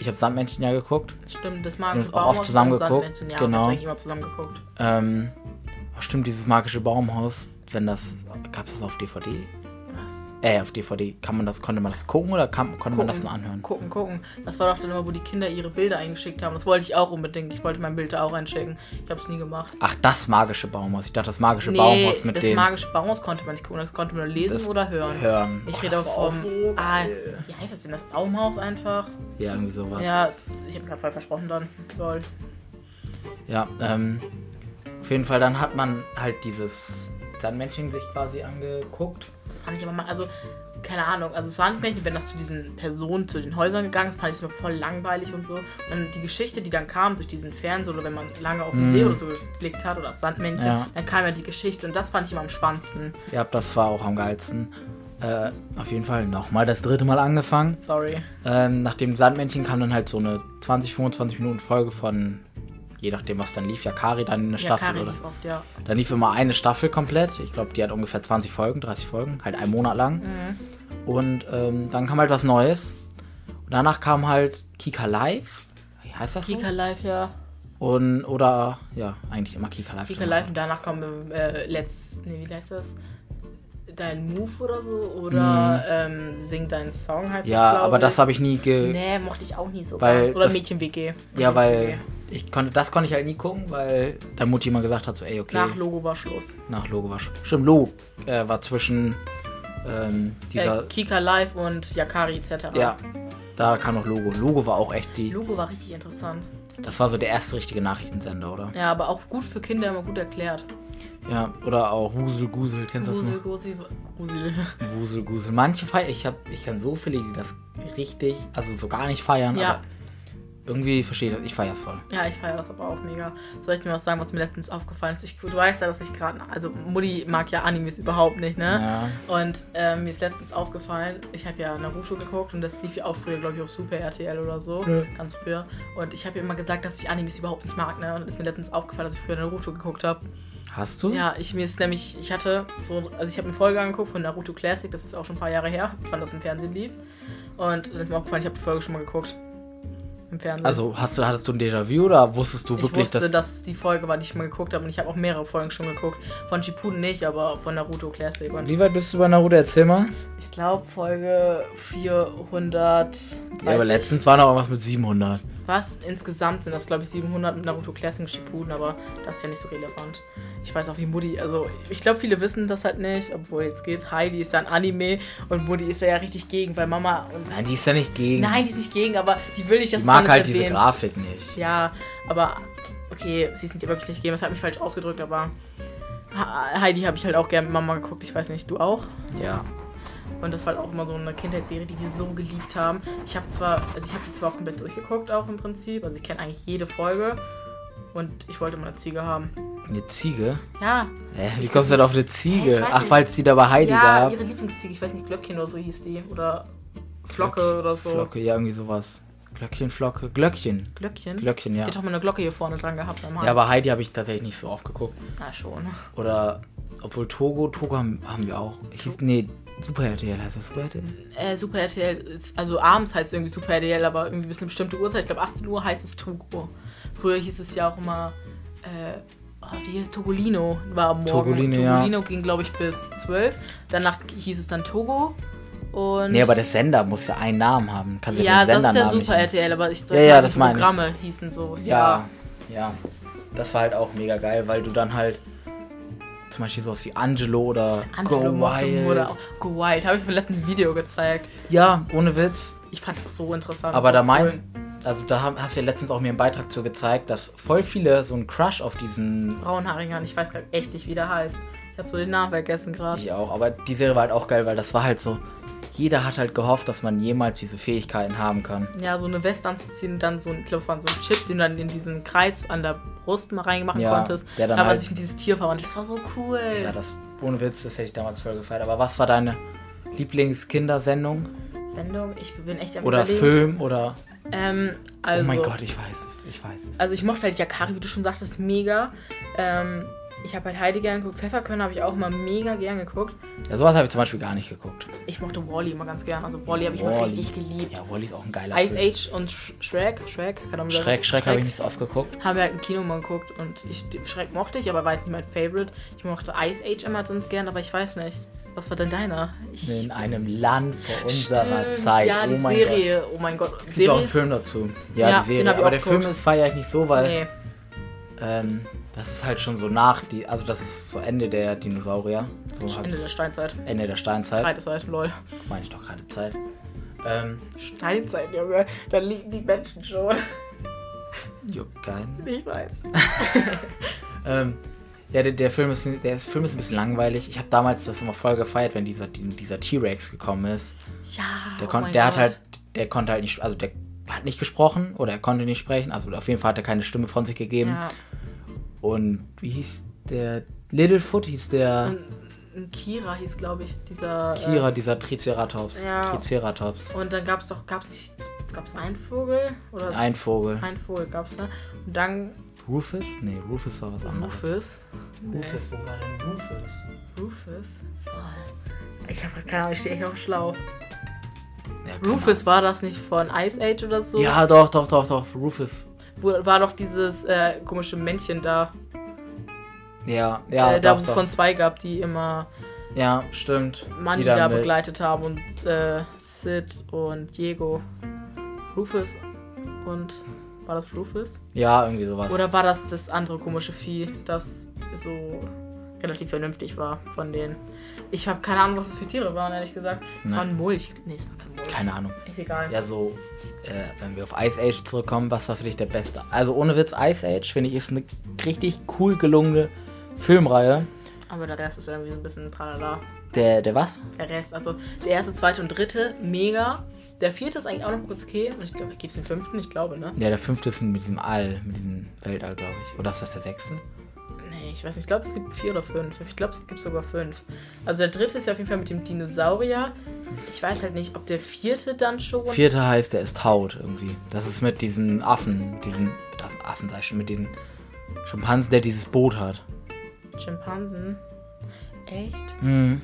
ich habe Sandmännchen ja geguckt,
Stimmt, das
Wir haben
mag
es auch oft zusammengeguckt,
Ja,
genau.
genau. eigentlich immer zusammengeguckt.
ähm, oh, stimmt, dieses magische Baumhaus, wenn das, gab's das auf DVD?
Was?
Äh, auf DVD, kann man das, konnte man das gucken oder kann, konnte man das nur anhören?
Gucken, gucken. Das war doch dann immer, wo die Kinder ihre Bilder eingeschickt haben. Das wollte ich auch unbedingt. Ich wollte mein Bild da auch einschicken. Ich habe es nie gemacht.
Ach, das magische Baumhaus, ich dachte das magische Baumhaus mit
das
dem,
magische Baumhaus konnte man nicht gucken. Das konnte man nur lesen
Das
oder hören.
hören.
Ich
Oh,
rede
das
auch
war auch
vom...
so
ah,
geil.
wie heißt das denn? Das Baumhaus einfach?
ja, irgendwie sowas.
Ja, ich habe gerade voll versprochen dann. Lol.
Ja, ähm, auf jeden Fall, dann hat man halt dieses Sandmännchen sich quasi angeguckt.
Das fand ich aber mal, also, keine Ahnung. Also, es war nicht Männchen, wenn das zu diesen Personen, zu den Häusern gegangen ist, fand ich es immer voll langweilig und so. Und dann die Geschichte, die dann kam durch diesen Fernseher oder wenn man lange auf den See oder so geblickt hat oder das Sandmännchen,
Mhm. Ja.
dann kam ja die Geschichte und das fand ich immer am spannendsten.
Ja, das war auch am geilsten. Äh, auf jeden Fall nochmal das dritte Mal angefangen.
Sorry.
Ähm, nach dem Sandmännchen kam dann halt so eine 20, 25 Minuten Folge von, je nachdem was dann lief, ja Kari dann eine Staffel
Kari
oder.
lief oft, ja.
Dann lief immer eine Staffel komplett. Ich glaube, die hat ungefähr 20 Folgen, 30 Folgen, halt einen Monat lang.
Mhm.
Und ähm, dann kam halt was Neues. Und danach kam halt Kika Live. Wie heißt das?
Kika
so?
Live, ja.
Und oder ja, eigentlich immer Kika Live.
Kika Live und danach kam äh, letzt, nee, wie heißt das? Dein Move oder so oder ähm, Sing deinen Song heißt das,
Mhm. Ja,
glaub
aber
ich.
das habe ich nie ge
Nee, mochte ich auch nie so
Weil
ganz. Oder
das-
Mädchen-WG.
Ja, weil
Mädchen-WG.
ich konnte, das konnte ich halt nie gucken, weil dann Mutti immer gesagt hat, so, ey, okay,
Nach Logo war Schluss. Äh,
nach Logo war schon. Stimmt, Logo äh, war zwischen ähm, dieser,
äh, Kika Live und Yakari etc.
ja, da kam noch Logo. Logo war auch echt die,
Logo war richtig interessant.
das war so der erste richtige Nachrichtensender, oder?
Ja, aber auch gut für Kinder immer gut erklärt.
Ja, Ja, oder auch Wuselgusel, kennst du das
Grusel,
noch?
Grusel, Grusel. [LAUGHS]
Wuselgusel. Manche feiern, ich, hab- ich kann so viele, die das richtig, also so gar nicht feiern,
Ja.
aber irgendwie verstehe ich das, ich feiere es voll.
Ja, ich feiere das aber auch mega. Soll ich dir was sagen, was mir letztens aufgefallen ist? Ich, du weißt ja, dass ich gerade. Also, Mutti mag ja Animes überhaupt nicht, ne?
Ja.
Und ähm, mir ist letztens aufgefallen, ich habe ja Naruto geguckt und das lief ja auch früher, glaube ich, auf Super RTL oder so.
Ja.
Ganz früher. Und ich habe ja immer gesagt, dass ich Animes überhaupt nicht mag, ne? Und dann ist mir letztens aufgefallen, dass ich früher Naruto geguckt habe.
Mhm. Hast du?
Ja, ich mir ist nämlich, ich hatte so, also ich habe eine Folge angeguckt von Naruto Classic, das ist auch schon ein paar Jahre her, wann das im Fernsehen lief. Und dann ist mir aufgefallen, ich habe die Folge schon mal geguckt. Im Fernsehen.
Also hast du, hattest du ein Déjà-vu oder wusstest du
Ich
wirklich,
wusste, dass,
dass...
es die Folge war, die ich mal geguckt habe. Und ich habe auch mehrere Folgen schon geguckt. Von Shippuden nicht, aber von Naruto Classic. Und
Wie weit bist du bei Naruto? Erzähl mal.
ich glaube, Folge 400.
Ja, aber letztens war noch irgendwas mit 700.
Was? Insgesamt sind das, glaube ich, 700 mit Naruto Classic und Shippuden. Aber das ist ja nicht so relevant. Ich weiß auch, wie Mutti. Also, ich glaube, viele wissen das halt nicht. Obwohl, jetzt geht's. Heidi ist ja ein Anime. Und Mutti ist da ja richtig gegen, weil Mama. Und
Nein, die ist ja nicht gegen.
Nein, die ist nicht gegen, aber die will nicht, dass
ich
es
mag
alles
halt diese
erwähnt.
Grafik nicht.
Ja, aber okay, sie sind ja wirklich nicht gegeben. Das hat mich falsch ausgedrückt, aber Ha- Heidi habe ich halt auch gerne mit Mama geguckt. Ich weiß nicht, du auch?
Ja.
Und das war halt auch immer so eine Kindheitsserie, die wir so geliebt haben. Ich habe zwar, also ich habe die zwar auch komplett durchgeguckt, auch im Prinzip. Also ich kenne eigentlich jede Folge. Und ich wollte mal eine Ziege haben.
Eine Ziege?
Ja,
Hä, wie kommst du denn auf eine
Ich
Ziege?
weiß
Ach,
nicht.
weil es die da bei Heidi
ja
gab.
ihre Lieblingsziege. Ich weiß nicht, Glöckchen oder so hieß die. Oder Flocke
Glöckchen,
oder so.
Flocke, ja, irgendwie sowas. Glöckchen, Flocke. Glöckchen.
Glöckchen?
Glöckchen,
Die
ja.
hat doch mal eine Glocke hier vorne dran gehabt am Hals.
Ja, aber Heidi habe ich tatsächlich nicht so oft geguckt.
Na schon.
Oder, obwohl Togo, Togo haben, haben wir auch. Ich hieß, nee, Super RTL heißt das Super RTL.
Äh, Super RTL, ist, also abends heißt es irgendwie Super RTL, aber irgendwie bis eine bestimmte Uhrzeit, ich glaube 18 Uhr heißt es Togo. Früher hieß es ja auch immer, äh, oh, wie hieß Togolino war am Morgen.
Togolino, ja.
Togolino ging, glaube ich, bis 12. Danach hieß es dann Togo. Und
Nee, aber der Sender muss ja einen Namen haben. Kannst
ja,
ja den
das ist ja
Sendernamen
Super
nicht.
RTL, aber ich sag
Ja, ja,
mal,
das
die
meine ich.
Programme hießen so.
Ja, ja. Das war halt auch mega geil, weil du dann halt zum Beispiel sowas wie Angelo oder
Angelo
Go
Motto
Wild.
Oder auch Go Wild, habe ich mir letztens ein Video gezeigt.
Ja, ohne Witz.
Ich fand das so interessant.
Aber
so
da
cool.
mein, also da haben- hast du ja letztens auch mir einen Beitrag zu gezeigt, dass voll viele so einen Crush auf diesen
Braunhaariger, ich weiß gerade echt nicht, wie der heißt. Ich habe so den Namen vergessen gerade.
ich auch, aber die Serie war halt auch geil, weil das war halt so, jeder hat halt gehofft, dass man jemals diese Fähigkeiten haben kann.
ja, so eine Weste anzuziehen und dann so ein, ich glaube, es war so ein Chip, den du dann in diesen Kreis an der Brust mal reingemacht
Ja,
konntest.
der dann
da hat man
halt-
sich in dieses Tier verwandelt. Das war so cool.
Ja, das ohne Witz, das hätte ich damals voll gefeiert. Aber was war deine Lieblingskindersendung
Sendung, ich bin echt am
oder
überlegen.
Film oder
Ähm, also,
Oh mein Gott, ich weiß es, ich weiß es.
Also ich mochte halt Yakari, wie du schon sagtest, mega. Ähm, ich habe halt Heidi gern geguckt, Pfefferkörner habe ich auch immer mega gern geguckt.
Ja, sowas habe ich zum Beispiel gar nicht geguckt.
Ich mochte Wally immer ganz gern. Also Wally habe ich immer
Wall-E.
richtig geliebt.
Ja, Wally ist auch ein geiler
Ice
Film.
Age und Sh Shrek, Shrek, kann auch wieder-
Schreck, Schreck habe ich nicht so oft geguckt.
haben wir halt im Kino mal geguckt und ich, Schreck mochte ich, aber war jetzt nicht mein Favorite. Ich mochte Ice Age immer sonst gern, aber ich weiß nicht. Was war denn deiner? Ich,
In einem Land vor unserer
Stimmt,
Zeit.
Ja, die
oh mein Gott.
Serie. Oh mein Gott.
Es gibt auch
Serie?
einen Film dazu. Ja,
Ja,
die Serie.
den hab ich auch
Aber der
geguckt.
Film ist feiere ich nicht so, weil
Nee.
ähm, das ist halt schon so nach die, also das ist so Ende der Dinosaurier. So
Ende der
hab's,
Steinzeit.
Ende der Steinzeit.
Kreidezeit, lol.
Meine ich doch gerade Zeit. Ähm,
Steinzeit, Junge. Da liegen die Menschen schon. [LAUGHS]
juckt keinen.
Ich weiß.
Ähm, ja, der, der, Film ist, der ist, Film ist ein bisschen langweilig. Ich habe damals das immer voll gefeiert, wenn dieser dieser T-Rex gekommen ist.
Ja.
Der,
oh
kon
mein
der hat
Gott.
halt, der konnte halt nicht, also der hat nicht gesprochen oder er konnte nicht sprechen. Also auf jeden Fall hat er keine Stimme von sich gegeben.
Ja.
Und wie hieß der? Littlefoot hieß der
Und, und Kira hieß, glaube ich, dieser.
Kira, dieser Triceratops.
Ja.
Triceratops.
Äh, und dann gab es doch, gab es nicht, gab es einen Vogel? Oder
Ein Vogel.
ein Vogel gab es, ne? Und dann
Rufus? Nee, Rufus war was anderes.
Rufus.
Rufus, wo war denn Rufus?
Rufus? Ich habe keine Ahnung, ich stehe echt auf Schlau.
Ja, keine
Rufus war das nicht von Ice Age oder so?
Ahnung. Ja, doch, doch, doch, doch. Rufus.
Wo, war doch dieses äh, komische Männchen da.
Ja, ja,
äh, da,
doch,
wo
doch.
von zwei gab, die immer
ja, stimmt.
Mandy
da
da
mit-
begleitet haben und äh, Sid und Diego. Rufus und. War das Rufus?
Ja, irgendwie sowas.
Oder war das das andere komische Vieh, das so relativ vernünftig war von denen? Ich habe keine Ahnung, was das für Tiere waren, ehrlich gesagt. Es
Nee.
war ein Mulch. Nee, es war kein Mulch.
Keine Ahnung.
Ist egal.
Ja, so, äh, wenn wir auf Ice Age zurückkommen, was war für dich der beste? Also ohne Witz, Ice Age, finde ich, ist eine richtig cool gelungene Filmreihe.
Aber der Rest ist irgendwie so ein bisschen tralala.
Der, der was?
Der Rest, also der erste, zweite und dritte, mega. Der vierte ist eigentlich auch noch ganz okay. Und ich glaube, gibt es den fünften? Ich glaube, ne?
Ja, der fünfte ist mit diesem All, mit diesem Weltall, glaube ich. Oder ist das der sechste?
Nee, ich weiß nicht. Ich glaube, es gibt vier oder fünf. Ich glaube, es gibt sogar fünf. Also der dritte ist ja auf jeden Fall mit dem Dinosaurier. Ich weiß halt nicht, ob der vierte dann schon.
Vierte heißt, der ist taut irgendwie. Das ist mit diesem Affen, diesem mit Affen, Affen sei schon, mit diesem Schimpansen, der dieses Boot hat.
Schimpansen. Echt?
Mhm.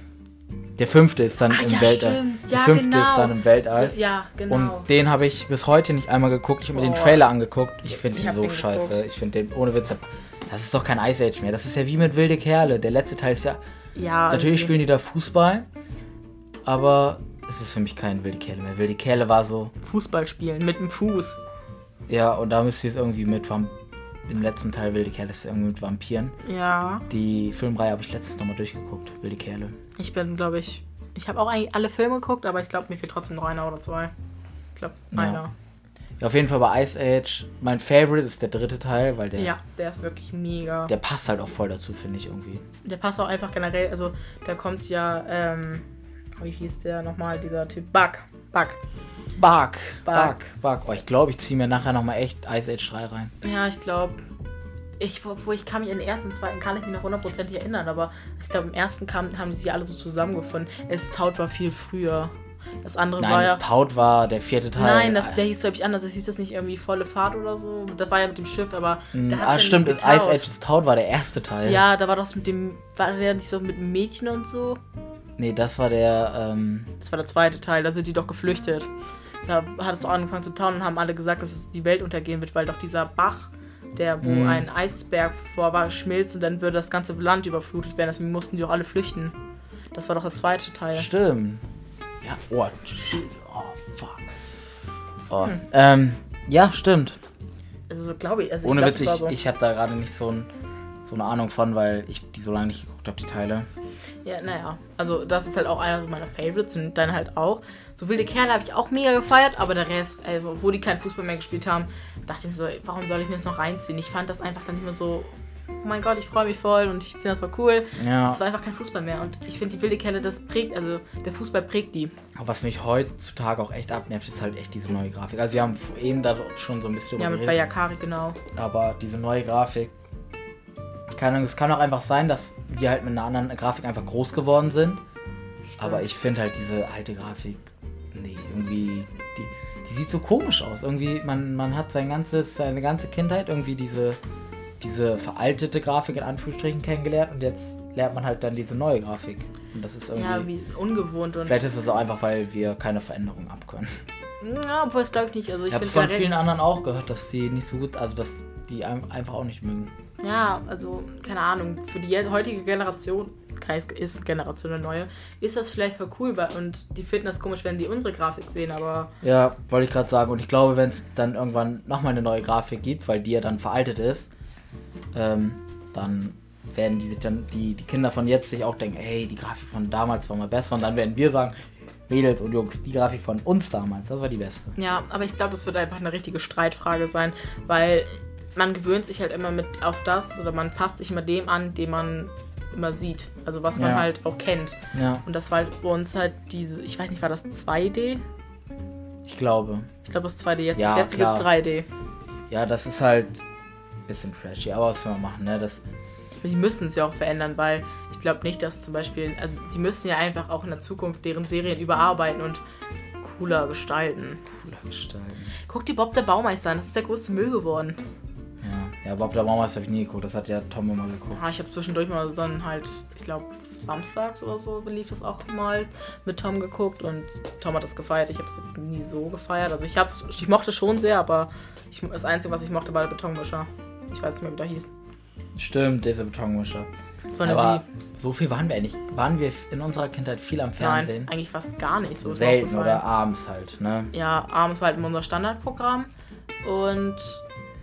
Der fünfte ist dann
Ah,
im
ja,
Weltall.
stimmt.
der
Ja,
fünfte
genau.
ist dann im Weltall.
Ja, genau.
Und den habe ich bis heute nicht einmal geguckt. Ich habe mir den
Boah.
Trailer angeguckt. Ich finde
Ich
ihn
hab
so
den
scheiße.
geguckt.
Ich finde den ohne Witz. Das ist doch kein Ice Age mehr. Das ist ja wie mit Wilde Kerle. Der letzte Teil ist ja.
ja,
Natürlich
irgendwie.
spielen die da Fußball, aber es ist für mich kein Wilde Kerle mehr. Wilde Kerle war so,
Fußball spielen mit dem Fuß.
ja, und da müsst ihr es irgendwie mit Vamp im letzten Teil Wilde Kerle ist irgendwie mit Vampiren.
Ja.
Die Filmreihe habe ich letztens nochmal durchgeguckt, Wilde Kerle.
Ich bin, glaube ich. Ich habe auch eigentlich alle Filme geguckt, aber ich glaube, mir fehlt trotzdem noch einer oder zwei. Ich glaube,
Ja.
einer.
Ja, auf jeden Fall bei Ice Age, mein Favorite ist der dritte Teil, weil der,
Ja. der ist wirklich mega. Der,
der passt halt auch voll dazu, finde ich irgendwie.
passt auch einfach generell. Also, da kommt ja. Ähm, wie hieß der nochmal? Dieser Typ. Bug. Bug.
Bark,
Bark.
Bark, Bark. Oh, ich glaube, ich ziehe mir nachher nochmal echt Ice Age 3 rein.
Ja, ich glaube. Ich, obwohl ich kann mich in den ersten, zweiten kann ich mich noch hundertprozentig erinnern, aber ich glaube, im ersten kam, haben die sich alle so zusammengefunden. Es taut war viel früher. Das andere war
Nein,
ja.
das Taut war der vierte Teil.
Nein, das, der hieß, glaube ich, anders. Das hieß das nicht irgendwie volle Fahrt oder so. Das war ja mit dem Schiff, aber. Da hat's
ah,
ja
stimmt,
nicht
Ice Age
getaut.
das Taut war der erste Teil.
Ja, da war das mit dem. War der nicht so mit dem Mädchen und so?
Nee, das war der, ähm,
Das war der zweite Teil, da sind die doch geflüchtet. Da hat es doch angefangen zu tauen und haben alle gesagt, dass es die Welt untergehen wird, weil doch dieser Bach, der, wo
Mhm.
ein Eisberg vor war, schmilzt und dann würde das ganze Land überflutet werden. Deswegen mussten die doch alle flüchten. Das war doch der zweite Teil.
Stimmt. Ja, oh, shit, oh fuck. Oh,
Hm.
ähm, ja, stimmt.
Also so glaube ich. Also
Ohne
ich glaub,
Witz,
das war
ich,
so.
ich habe da gerade nicht so, ein, so eine Ahnung von, weil ich die so lange nicht geguckt habe, die Teile.
Ja, naja. Also das ist halt auch einer so meiner Favorites und dann halt auch. So wilde Kerle habe ich auch mega gefeiert, aber der Rest, also, obwohl die keinen Fußball mehr gespielt haben, dachte ich mir so, ey, warum soll ich mir das noch reinziehen? Ich fand das einfach dann nicht mehr so, oh mein Gott, ich freue mich voll und ich finde das war cool.
Ja.
Es war einfach kein Fußball mehr und ich finde die wilde Kerle, das prägt, also der Fußball prägt die.
Aber was mich heutzutage auch echt abnervt, ist halt echt diese neue Grafik. Also wir haben f- eben da schon so ein bisschen
Ja,
drüber
mit
geredet,
Bayakari, genau.
aber diese neue Grafik. Keine Ahnung, es kann auch einfach sein, dass wir halt mit einer anderen Grafik einfach groß geworden sind. Aber ich finde halt diese alte Grafik, nee, irgendwie, die, die sieht so komisch aus. Irgendwie, man, man hat sein ganzes, seine ganze Kindheit irgendwie diese, diese veraltete Grafik in Anführungsstrichen kennengelernt und jetzt lernt man halt dann diese neue Grafik. Und das ist irgendwie,
Ja, wie ungewohnt und.
vielleicht ist es auch einfach, weil wir keine Veränderung abkönnen.
Ja, obwohl es glaube ich nicht. Also ich
Ich habe
finde
von
generell-
vielen anderen auch gehört, dass die nicht so gut, also dass die ein- einfach auch nicht mögen.
Ja, also keine Ahnung, für die je- heutige Generation, keine Ahnung, es ist Generation eine neue, ist das vielleicht voll cool weil, und die finden das komisch, wenn die unsere Grafik sehen, aber
Ja, wollte ich gerade sagen. Und ich glaube, wenn es dann irgendwann nochmal eine neue Grafik gibt, weil die ja dann veraltet ist, ähm, dann werden die sich dann, die, die Kinder von jetzt sich auch denken, hey, die Grafik von damals war mal besser. Und dann werden wir sagen, Mädels und Jungs, die Grafik von uns damals, das war die beste.
ja, aber ich glaube, das wird einfach eine richtige Streitfrage sein, weil man gewöhnt sich halt immer mit auf das oder man passt sich immer dem an, den man immer sieht, also was man
Ja.
halt auch kennt.
Ja,
Und das war halt bei uns halt diese, ich weiß nicht, war das 2D?
ich glaube.
Ich glaube, das 2D jetzt,
Ja,
das jetzige ist
klar.
3D.
Ja, das ist halt ein bisschen trashy, aber was will man machen, ne? Das,
Die müssen es ja auch verändern, weil ich glaube nicht, dass zum Beispiel, also die müssen ja einfach auch in der Zukunft deren Serien überarbeiten und cooler gestalten.
cooler gestalten.
Guck dir Bob der Baumeister an, das ist der größte Müll geworden.
Ja, ja Bob der Baumeister habe ich nie geguckt, das hat ja Tom immer geguckt.
Ah, ich habe zwischendurch mal so dann halt, ich glaube, samstags oder so lief das auch mal mit Tom geguckt und Tom hat das gefeiert. Ich habe es jetzt nie so gefeiert. Also ich hab's, ich mochte schon sehr, aber ich, das Einzige, was ich mochte, war der Betonmischer. Ich weiß nicht mehr, wie der hieß.
Stimmt, der Betonmischer.
Das war eine
Aber
Sie.
so viel waren wir eigentlich. Waren wir in unserer Kindheit viel am Fernsehen?
Nein, eigentlich fast gar nicht so. Ist mir
Selten
aufgefallen.
oder abends halt, ne?
ja, abends war halt immer unser Standardprogramm. Und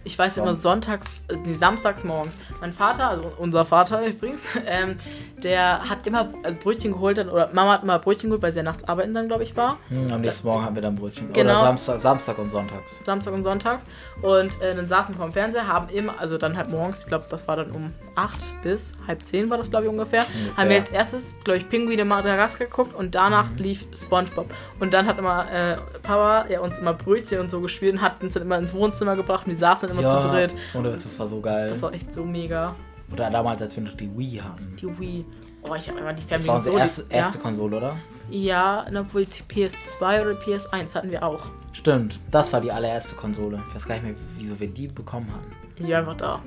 ich weiß immer sonntags, äh, nee, samstags morgens. Mein Vater, also unser Vater [LAUGHS] übrigens, ähm, der hat immer äh, Brötchen geholt, dann, oder Mama hat immer Brötchen geholt, weil sie ja nachts arbeiten dann, glaube ich, war.
Hm, am nächsten Morgen haben wir dann Brötchen.
Genau.
Oder Samstag, Samstag und Sonntags.
Samstag und Sonntag. Und äh, dann saßen wir vorm Fernseher, haben immer, also dann halt morgens, ich glaube, das war dann um 8 bis halb 10 war das, glaube ich, ungefähr,
Ungefähr. Mhm.
Haben wir als erstes, glaube ich, Pinguine Madagaskar geguckt und danach lief Spongebob. Und dann hat immer äh, Papa ja, uns immer Brötchen und so gespielt und hat uns dann immer ins Wohnzimmer gebracht und wir saßen dann immer zu dritt.
Ohne Witz, das war so geil.
Das war echt so mega.
oder damals, als wir noch die Wii hatten.
Die Wii. Oh, ich habe immer die
Das war
Family
unsere erste,
die,
erste Konsole, oder?
Ja, ja na, obwohl die PS2 oder PS1 hatten wir auch.
Stimmt, das war die allererste Konsole. Ich weiß gar nicht mehr, wieso wir die bekommen haben.
Die war einfach da.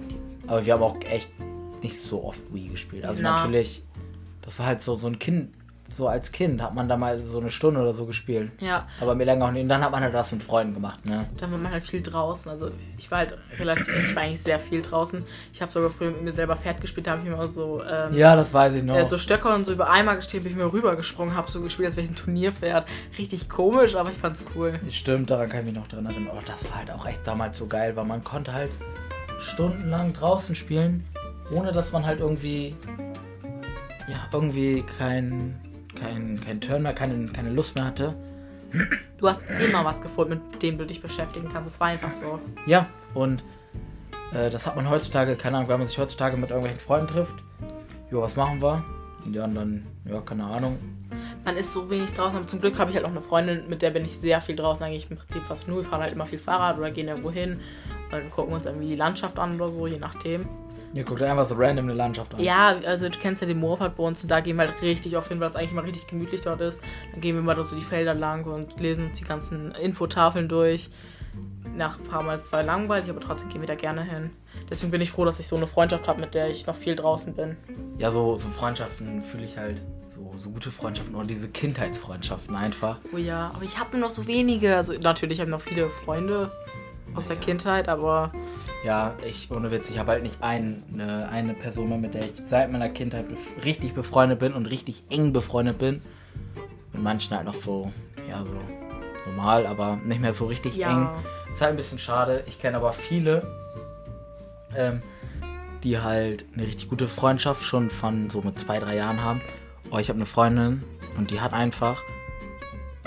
Aber wir haben auch echt nicht so oft Wii gespielt. Also
Na.
natürlich, das war halt so, so ein Kind, so als Kind hat man da mal so eine Stunde oder so gespielt.
Ja.
Aber mir länger auch nicht. Und dann hat man halt was mit Freunden gemacht, ne?
Da war man halt viel draußen. Also ich war halt relativ, ich war eigentlich sehr viel draußen. Ich habe sogar früher mit mir selber Pferd gespielt, da habe ich immer so, ähm,
Ja, genau. das weiß ich noch.
äh, so Stöcker und so über Eimer gestehen, bin ich mir rübergesprungen, habe so gespielt, als wäre ich ein Turnierpferd. Richtig komisch, aber ich fand's cool.
Stimmt, daran kann ich mich noch dran erinnern. Oh, das war halt auch echt damals so geil, weil man konnte halt stundenlang draußen spielen, ohne dass man halt irgendwie, ja, irgendwie kein, kein, kein Turn mehr, keine, keine Lust mehr hatte.
Du hast immer was gefunden, mit dem du dich beschäftigen kannst. Es war einfach so.
Ja, und äh, das hat man heutzutage, keine Ahnung, wenn man sich heutzutage mit irgendwelchen Freunden trifft, jo, was machen wir? Ja, und dann, ja, keine Ahnung.
Man ist so wenig draußen, aber zum Glück habe ich halt auch eine Freundin, mit der bin ich sehr viel draußen, eigentlich im Prinzip fast nur. Wir fahren halt immer viel Fahrrad oder gehen irgendwo hin und gucken uns irgendwie die Landschaft an oder so, je nachdem.
Ihr guckt einfach so random eine Landschaft an.
Ja, also du kennst ja den Moorfahrt bei uns und da gehen wir halt richtig oft hin, weil es eigentlich immer richtig gemütlich dort ist. Dann gehen wir mal durch so die Felder lang und lesen uns die ganzen Infotafeln durch. Nach ein paar Mal zwei langweilig, aber trotzdem gehen wir da gerne hin. Deswegen bin ich froh, dass ich so eine Freundschaft habe, mit der ich noch viel draußen bin.
Ja, so, so Freundschaften fühle ich halt. So, so gute Freundschaften oder diese Kindheitsfreundschaften einfach.
Oh ja, aber ich habe nur noch so wenige. Also Oh natürlich habe ich noch viele Freunde aus der Kindheit, aber
Ja, ich, ohne Witz, ich habe halt nicht ein, eine, eine Person mehr, mit der ich seit meiner Kindheit bef richtig befreundet bin und richtig eng befreundet bin. Mit manchen halt noch so, ja, so normal, aber nicht mehr so richtig
Ja.
eng. Ist halt ein bisschen schade. Ich kenne aber viele, ähm, die halt eine richtig gute Freundschaft schon von so mit zwei, drei Jahren haben. Oh, ich habe eine Freundin und die hat einfach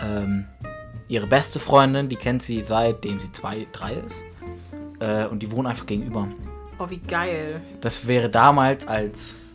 ähm, ihre beste Freundin, die kennt sie seitdem sie zwei, drei ist. Äh, und die wohnen einfach gegenüber.
oh wie geil.
Das wäre damals als,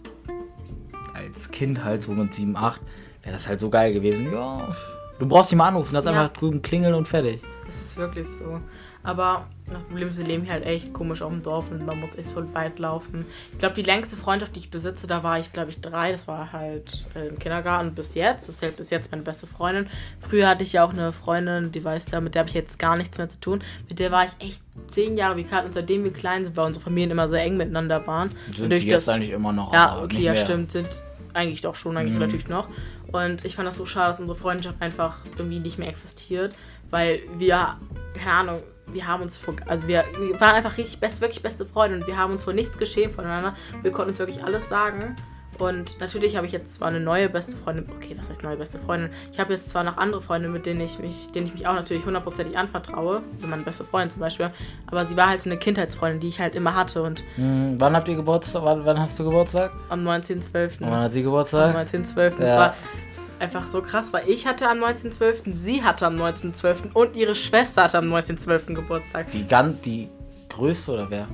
als Kind halt, so mit 7, 8, wäre das halt so geil gewesen. Ja, du brauchst nicht mal anrufen, das
Ja.
einfach drüben klingeln und fertig.
Das ist wirklich so. Aber das Problem ist, wir leben hier halt echt komisch auf dem Dorf und man muss echt so weit laufen. Ich glaube, die längste Freundschaft, die ich besitze, da war ich, glaube ich, drei. Das war halt äh, im Kindergarten bis jetzt. Das ist halt bis jetzt meine beste Freundin. Früher hatte ich ja auch eine Freundin, die weiß ja, mit der habe ich jetzt gar nichts mehr zu tun. Mit der war ich echt zehn Jahre bekannt. Und seitdem wir klein sind, weil unsere Familien immer sehr eng miteinander waren.
Sind
Durch
die jetzt
das-
eigentlich immer noch.
ja,
aber
okay,
Oh, nicht
ja,
mehr. Mhm.
stimmt. Sind eigentlich doch schon, eigentlich relativ noch. Und ich fand das so schade, dass unsere Freundschaft einfach irgendwie nicht mehr existiert, weil wir, keine Ahnung, wir haben uns vor, also wir, wir waren einfach richtig best, wirklich beste Freunde und wir haben uns vor nichts geschehen voneinander. Wir konnten uns wirklich alles sagen. Und natürlich habe ich jetzt zwar eine neue beste Freundin, okay, was heißt neue beste Freundin? Ich habe jetzt zwar noch andere Freunde, mit denen ich mich, denen ich mich auch natürlich hundertprozentig anvertraue, also meine beste Freundin zum Beispiel, aber sie war halt so eine Kindheitsfreundin, die ich halt immer hatte und
Hm, wann habt ihr Geburtstag? Wann, wann hast du Geburtstag?
am 19.12.
Und wann hat sie Geburtstag?
19.12. Das
Ja.
war einfach so krass, weil ich hatte am 19.12., sie hatte am 19.12. und ihre Schwester hatte am 19.12. Geburtstag.
Die ganz, die größte oder wer?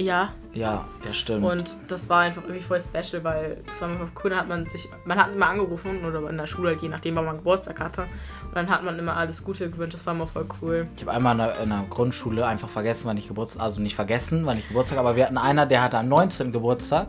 Ja,
Ja, ja, stimmt.
und das war einfach irgendwie voll special, weil es war einfach cool, da hat man sich, man hat immer angerufen oder in der Schule, halt, je nachdem, wann man Geburtstag hatte. Und dann hat man immer alles Gute gewünscht, das war immer voll cool.
ich habe einmal in der, in der Grundschule einfach vergessen, wann ich Geburtstag, also nicht vergessen, wann ich Geburtstag, aber wir hatten einer, der hatte am 19. Geburtstag.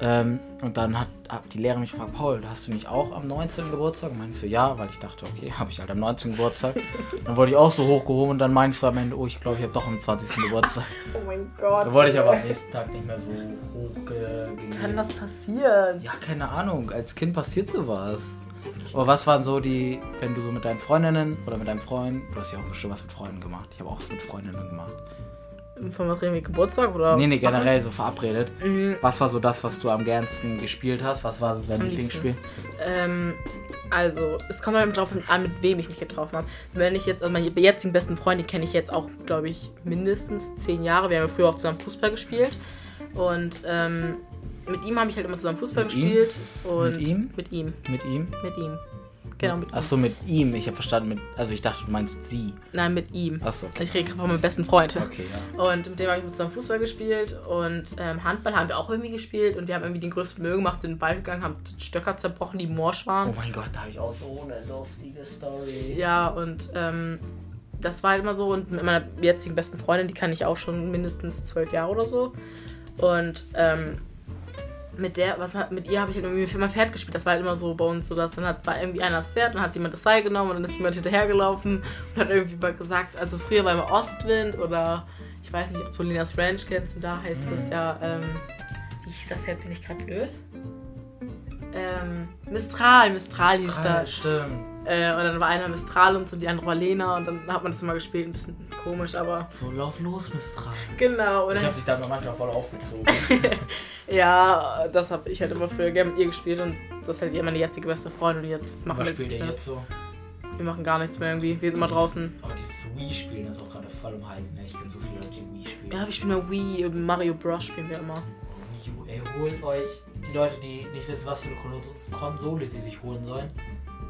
Ähm, und dann hat, hat die Lehrerin mich gefragt, Paul, hast du nicht auch am 19. Geburtstag? Und meinst du ja, weil ich dachte, okay, habe ich halt am 19. Geburtstag. dann wurde ich auch so hochgehoben und dann meinst du am Ende, oh, ich glaube, ich habe doch am 20. [LAUGHS] Geburtstag.
Oh mein Gott.
Dann wurde ich aber am nächsten Tag nicht mehr so hochgegeben.
Kann das passieren?
Ja, keine Ahnung. Als Kind passiert sowas. Aber was waren so die, wenn du so mit deinen Freundinnen oder mit deinem Freund, du hast ja auch bestimmt was mit Freunden gemacht. Ich habe auch was mit Freundinnen gemacht.
Von was reden wir? Geburtstag oder?
Nee, nee, generell so verabredet.
Oh. Mhm,
Was war so das, was du am gernsten gespielt hast? Was war so dein
Am
Lieblingsspiel?
Ähm, also, es kommt halt drauf an, mit wem ich mich getroffen habe. Wenn ich jetzt, also meine jetzigen besten Freunde kenne ich jetzt auch, glaube ich, mindestens zehn Jahre. Wir haben ja früher auch zusammen Fußball gespielt. Und ähm, mit ihm habe ich halt immer zusammen Fußball
Mit ihm?
gespielt. Und
Mit ihm?
Mit ihm.
Mit ihm?
Mit ihm. Genau, mit ihm.
Achso, mit ihm. Ich habe verstanden, mit. Also ich dachte, du meinst sie.
Nein, mit ihm.
Achso, okay.
Ich rede gerade von meinem besten Freund.
Okay, ja.
Und mit dem habe ich zusammen Fußball gespielt und ähm, Handball haben wir auch irgendwie gespielt und wir haben irgendwie den größten Müll gemacht, sind in den Ball gegangen, haben Stöcker zerbrochen, die im morsch waren.
Oh mein Gott, da habe ich auch so eine lustige Story.
Ja, und ähm, das war halt immer so. Und mit meiner jetzigen besten Freundin, die kann ich auch schon mindestens zwölf Jahre oder so. Und ähm, mit der, was war- mit ihr habe ich halt irgendwie immer Pferd gespielt. Das war halt immer so bei uns so, dass dann hat war irgendwie einer das Pferd und hat jemand das Seil genommen und dann ist jemand hinterhergelaufen und hat irgendwie mal gesagt, also früher war immer Ostwind oder ich weiß nicht, ob du Linas Ranch kennst und da heißt es ja, ähm, wie hieß das Pferd, bin ich gerade blöd? Ähm, Mistral, Mistral hieß
Strahl,
das.
Stimmt.
Äh, und dann war einer Mistral und so, die andere war Lena und dann hat man das immer gespielt, ein bisschen komisch, aber
So, lauf los, Mistral.
genau. Und
Ich
dann,
habe dich da manchmal voll
[LAUGHS]
aufgezogen.
ja, das habe ich halt immer früher gerne mit ihr gespielt und das ist halt ihr meine jetzige beste Freundin und jetzt machen
Was
wir
spielt ihr
das.
jetzt so?
Wir machen gar nichts mehr irgendwie, wir sind immer draußen.
Oh, dieses Wii-Spielen ist auch gerade voll im Hype. Ne? Ich kenne so viele Leute, die Wii spielen.
Ja, wir spielen mal Wii, äh, Mario Bros. spielen wir immer.
Wii U, ey, holt euch die Leute, die nicht wissen, was für eine Kon- Konsole sie sich holen sollen.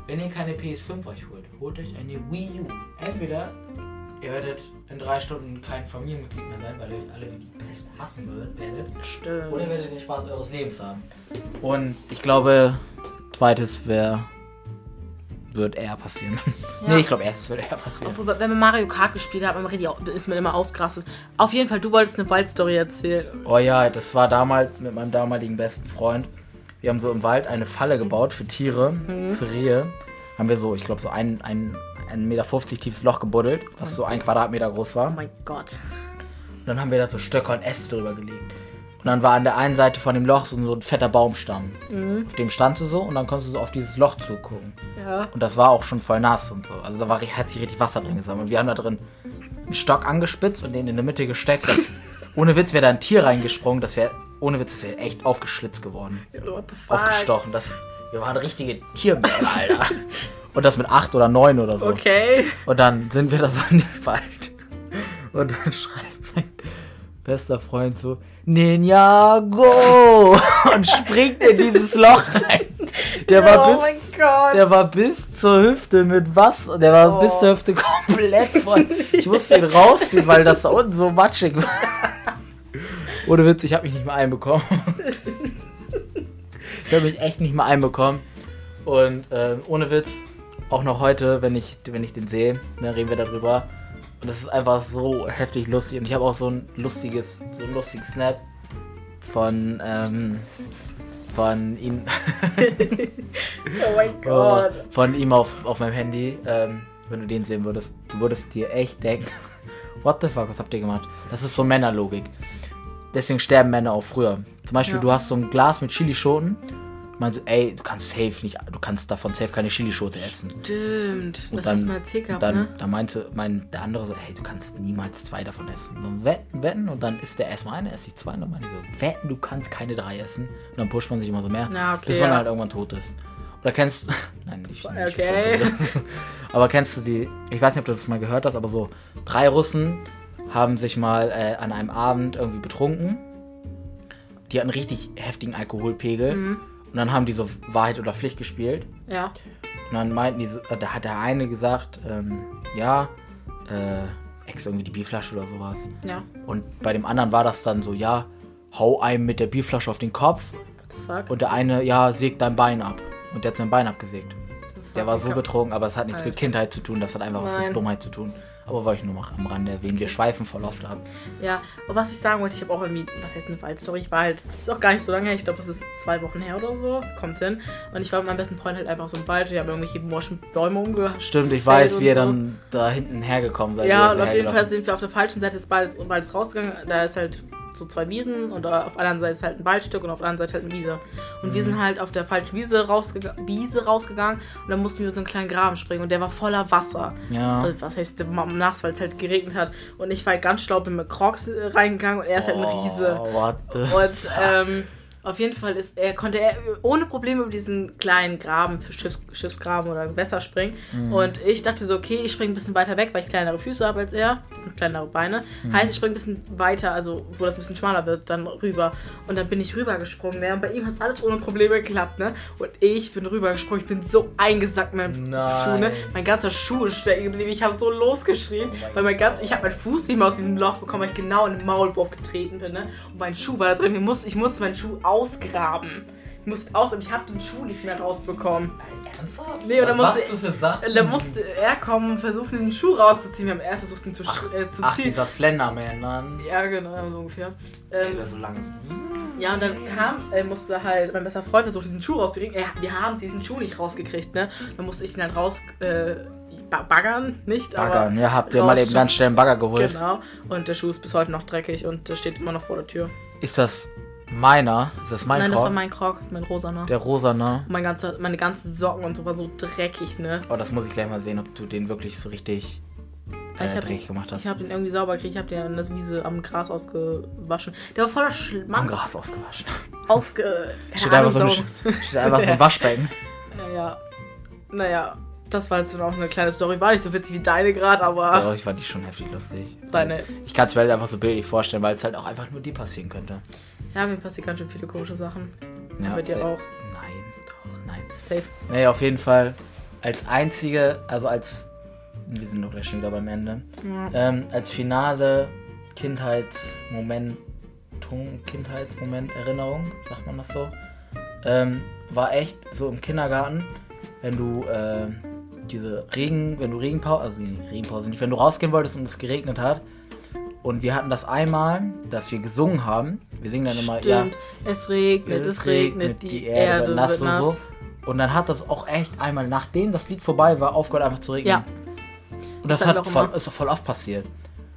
Wenn ihr keine PS5 euch holt, holt euch eine Wii U. Entweder ihr werdet in drei Stunden kein Familienmitglied mehr sein, weil ihr euch alle wie die Pest hassen würdet- werdet.
Stimmt.
Oder werdet den Spaß eures Lebens haben. Und ich glaube, zweites wäre. wird eher passieren.
Ja.
Nee, ich glaube, erstes wird eher passieren.
Obwohl, wenn man Mario Kart gespielt hat, man richtig au- ist man immer ausgerastet. Auf jeden Fall, du wolltest eine Waldstory erzählen.
Oh ja, das war damals mit meinem damaligen besten Freund. Wir haben so im Wald eine Falle gebaut für Tiere, für Rehe. Haben wir so, ich glaube, so ein, ein, 1,50 Meter tiefes Loch gebuddelt, was so ein Quadratmeter groß war.
Oh mein Gott.
Und dann haben wir da so Stöcker und Äste drüber gelegt. Und dann war an der einen Seite von dem Loch so ein, so ein fetter Baumstamm.
Mhm.
Auf dem standst du so und dann konntest du so auf dieses Loch zugucken.
Ja.
Und das war auch schon voll nass und so. Also da war, ri- hat sich richtig Wasser drin gesammelt. Und wir haben da drin einen Stock angespitzt und den in der Mitte gesteckt.
[LAUGHS]
Das, ohne Witz wäre da ein Tier reingesprungen. Das wäre, ohne Witz, das wäre echt aufgeschlitzt geworden.
What the fuck?
Aufgestochen. Das, wir waren richtige Tiermörder, Alter. Und das mit acht oder neun oder so.
Okay.
Und dann sind wir da so in dem Wald. Und dann schreit mein bester Freund so, Ninjago! Und springt in dieses Loch rein. Der war
[LAUGHS] oh
bis
mein Gott.
der war bis zur Hüfte mit was? Der war
Oh.
bis zur Hüfte komplett voll. Ich musste ihn rausziehen, weil das da unten so matschig war. Ohne Witz, ich habe mich nicht mehr einbekommen. Ich habe mich echt nicht mehr einbekommen. Und ähm, ohne Witz, auch noch heute, wenn ich, wenn ich den sehe, dann reden wir darüber. Und das ist einfach so heftig lustig. Und ich habe auch so ein lustiges, so einen lustigen Snap von, ähm, von ihm.
Oh mein
Oh,
Gott.
von ihm auf, auf meinem Handy. Ähm, wenn du den sehen würdest, du würdest dir echt denken, [LAUGHS] what the fuck, was habt ihr gemacht? Das ist so Männerlogik. Deswegen sterben Männer auch früher. Zum Beispiel,
Ja.
du hast so ein Glas mit Chilischoten. Meinst du, ey, du kannst safe nicht, du kannst davon safe keine Chilischote essen.
Stimmt, das
dann-
hast du mal erzählt gehabt,
dann,
ne?
dann meinte mein, der andere so, hey, du kannst niemals zwei davon essen. Und dann wetten, wetten und dann isst der erstmal eine, esse ich zwei und dann meinte ich so, wetten, du kannst keine drei essen. Und dann pusht man sich immer so mehr,
Na, okay,
bis man
ja.
halt irgendwann tot ist. Oder kennst [LAUGHS] nein, nicht, nicht
Okay.
tot [LAUGHS] ist. aber kennst du die, ich weiß nicht, ob du das mal gehört hast, aber so drei Russen haben sich mal äh, an einem Abend irgendwie betrunken. Die hatten richtig heftigen Alkoholpegel.
Mhm.
Und dann haben die so Wahrheit oder Pflicht gespielt.
Ja.
Und dann meinten die, so- äh, da hat der eine gesagt, ähm, ja, äh, ex irgendwie die Bierflasche oder sowas.
Ja.
Und bei dem anderen war das dann so, ja, hau einem mit der Bierflasche auf den Kopf.
What the fuck?
Und der eine, ja, sägt dein Bein ab. Und der hat sein Bein abgesägt. Der war so betrunken, aber es hat nichts mit
Alter.
Kindheit zu tun, das hat einfach was
Nein.
mit Dummheit zu tun. Aber wollte ich nur noch am Rande erwähnen. Wir schweifen voll oft ab.
Ja, und was ich sagen wollte, ich habe auch irgendwie, was heißt eine Waldstory? Ich war halt, das ist auch gar nicht so lange her, ich glaube, es ist zwei Wochen her oder so. Kommt hin. Und ich war mit meinem besten Freund halt einfach so im Wald, wir haben irgendwelche morschen Bäume umgehascht.
Stimmt, ich
Fällt
weiß,
und
wie ihr
so.
dann da hinten hergekommen seid.
Ja,
ihr
und
seid
auf jeden
hergelaufen.
Fall sind wir auf der falschen Seite des Waldes, Waldes rausgegangen. Da ist halt so zwei Wiesen und auf der anderen Seite ist halt ein Waldstück und auf der anderen Seite halt eine Wiese. Und
Mhm.
wir sind halt auf der falschen Wiese, rausgega Wiese rausgegangen und dann mussten wir so einen kleinen Graben springen und der war voller Wasser.
Ja.
Also, was heißt nachts, weil es halt geregnet hat. Und ich war halt ganz schlau, bin mit Crocs äh, reingegangen und er ist halt ein Riese.
Oh, what the
Und ähm, auf jeden Fall ist er, konnte er ohne Probleme über diesen kleinen Graben, Schiffs, Schiffsgraben oder Gewässer springen. Und ich dachte so, okay, ich springe ein bisschen weiter weg, weil ich kleinere Füße habe als er und kleinere Beine. Heißt, ich springe ein bisschen weiter, also wo das ein bisschen schmaler wird, dann rüber. Und dann bin ich rübergesprungen. Ne? Und bei ihm hat alles ohne Probleme geklappt. Ne? Und ich bin rübergesprungen. Ich bin so eingesackt mit meinem
Nein.
Schuh. Ne? Mein ganzer Schuh ist stecken geblieben. Ich habe so losgeschrien,
Oh
weil mein ganz, ich habe meinen Fuß nicht mehr aus diesem Loch bekommen, weil ich genau in den Maulwurf getreten bin. Ne? Und mein Schuh war da drin. Ich musste, ich musste meinen Schuh ausgraben. Ich musste aus und ich habe den Schuh nicht mehr rausbekommen.
Ernsthaft?
Nee,
Was
oder musst
machst
du-
du für Sachen?
Und Dann musste er kommen und versuchen, den Schuh rauszuziehen. Wir haben er versucht, ihn zu, sch- äh, zu
Ach,
ziehen.
dieser Slenderman, dann.
Ja, genau, so ungefähr.
Ey,
Ähm,
der ist so lang.
Ja, und dann kam, äh, musste halt mein bester Freund versucht, diesen Schuh rauszukriegen. Er, wir haben diesen Schuh nicht rausgekriegt, ne? Dann musste ich ihn halt raus. Äh, ba- baggern, nicht?
Bagger, ja, habt ihr mal eben ganz schnell einen Bagger geholt.
Genau. Und der Schuh ist bis heute noch dreckig und äh, steht immer noch vor der Tür.
Ist das meiner? Ist das mein
Nein, das
Korb?
war mein Krog, mein rosaner.
Der rosane.
Und mein ganzer, meine ganzen Socken und so war so dreckig, ne?
Oh, das muss ich gleich mal sehen, ob du den wirklich so richtig äh,
ich hab
dreckig
den-
gemacht hast.
Ich habe den irgendwie sauber gekriegt, ich habe den in das Wiese am Gras ausgewaschen. Der war voller
am
Schlamm.
Gras ausgewaschen. [LAUGHS]
Ausge. keine
Steht einfach, so ein,
Ahnung,
Sch- steht einfach so
[LAUGHS]
ein Waschbecken.
Naja, naja, das war jetzt nur auch eine kleine Story. War nicht so witzig wie deine gerade, aber
Doch, ich fand die schon heftig lustig.
Ah. deine.
Ich kann es mir halt einfach so bildlich vorstellen, weil es halt auch einfach nur dir passieren könnte.
Ja, mir passiert ganz schön viele komische Sachen. Ja, bei dir
safe.
auch.
Nein. Doch, nein.
Safe.
Nee, auf jeden Fall. Als einzige, also als. Wir sind doch gleich schon wieder beim Ende. Ähm, als finale Kindheitsmoment. Kindheitsmoment, Erinnerung, sagt man das so. Ähm, war echt so im Kindergarten, wenn du ähm, diese Regen, wenn du Regenpause, also nee, Regenpause nicht, wenn du rausgehen wolltest und es geregnet hat. Und wir hatten das einmal, dass wir gesungen haben. Wir singen dann immer, ja,
Stimmt. Es regnet, es, regnet, die, Erde
nass
wird
und
nass.
so. Und dann hat das auch echt einmal, nachdem das Lied vorbei war, aufgehört einfach zu regnen.
Ja.
Und das,
Das
hat
hat auch
voll,
immer-
ist auch voll oft passiert.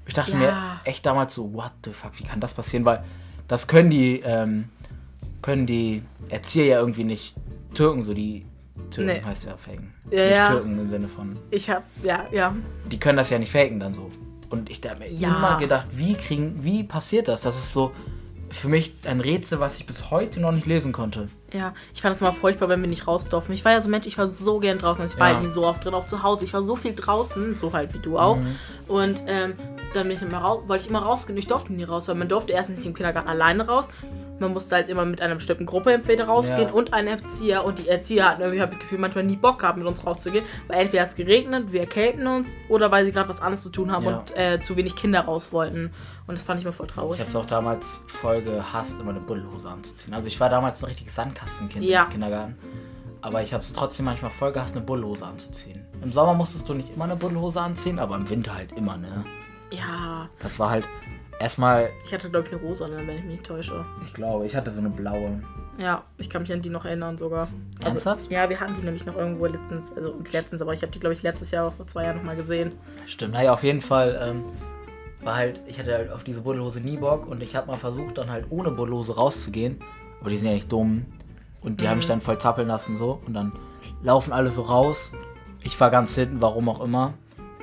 Ich dachte
Ja.
mir echt damals so, what the fuck, wie kann das passieren? Weil das können die, ähm, können die Erzieher ja irgendwie nicht. Türken, so die Türken
Nee.
heißt ja faken.
Ja,
nicht
ja.
Türken im Sinne von.
Ich hab, ja, ja.
Die können das ja nicht faken dann so. Und ich habe mir
Ja.
immer gedacht, wie kriegen, wie passiert das? Das ist so für mich ein Rätsel, was ich bis heute noch nicht lesen konnte.
Ja, ich fand das immer furchtbar, wenn wir nicht raus durften. Ich war ja so ein Mensch, ich war so gern draußen. Ich war
Ja.
halt nie so oft drin, auch zu Hause. Ich war so viel draußen, so halt wie du auch.
Mhm.
Und ähm, dann bin ich immer raus, wollte ich immer rausgehen. Ich durfte nie raus, weil man durfte erst nicht im Kindergarten alleine raus. Man musste halt immer mit einer bestimmten Gruppe entweder rausgehen
Ja.
und einen Erzieher. Und die Erzieher hatten irgendwie, habe ich das Gefühl, manchmal nie Bock gehabt, mit uns rauszugehen. Weil entweder hat es geregnet, wir erkälten uns oder weil sie gerade was anderes zu tun haben
Ja.
und äh, zu wenig Kinder raus wollten. Und das fand ich immer voll traurig.
Ich habe es auch damals voll gehasst, immer eine Buddelhose anzuziehen. Also ich war damals ein richtiges Sandkastenkind
Ja.
im Kindergarten. Aber ich habe es trotzdem manchmal voll gehasst, eine Buddelhose anzuziehen. Im Sommer musstest du nicht immer eine Buddelhose anziehen, aber im Winter halt immer, ne?
Ja,
Das war halt erstmal,
ich hatte, glaube ich, eine rosa, wenn ich mich nicht täusche.
ich glaube, ich hatte so eine blaue.
Ja, ich kann mich an die noch erinnern sogar. Also,
Ernsthaft?
Ja, wir hatten die nämlich noch irgendwo letztens, also nicht letztens, aber ich habe die, glaube ich, letztes Jahr auch vor zwei Jahren nochmal gesehen.
Stimmt, naja, auf jeden Fall ähm, war halt, ich hatte halt auf diese Buddelhose nie Bock und ich habe mal versucht, dann halt ohne Buddelhose rauszugehen. Aber die sind ja nicht dumm. Und die haben mich dann voll zappeln lassen so. Und dann laufen alle so raus. Ich war ganz hinten, warum auch immer.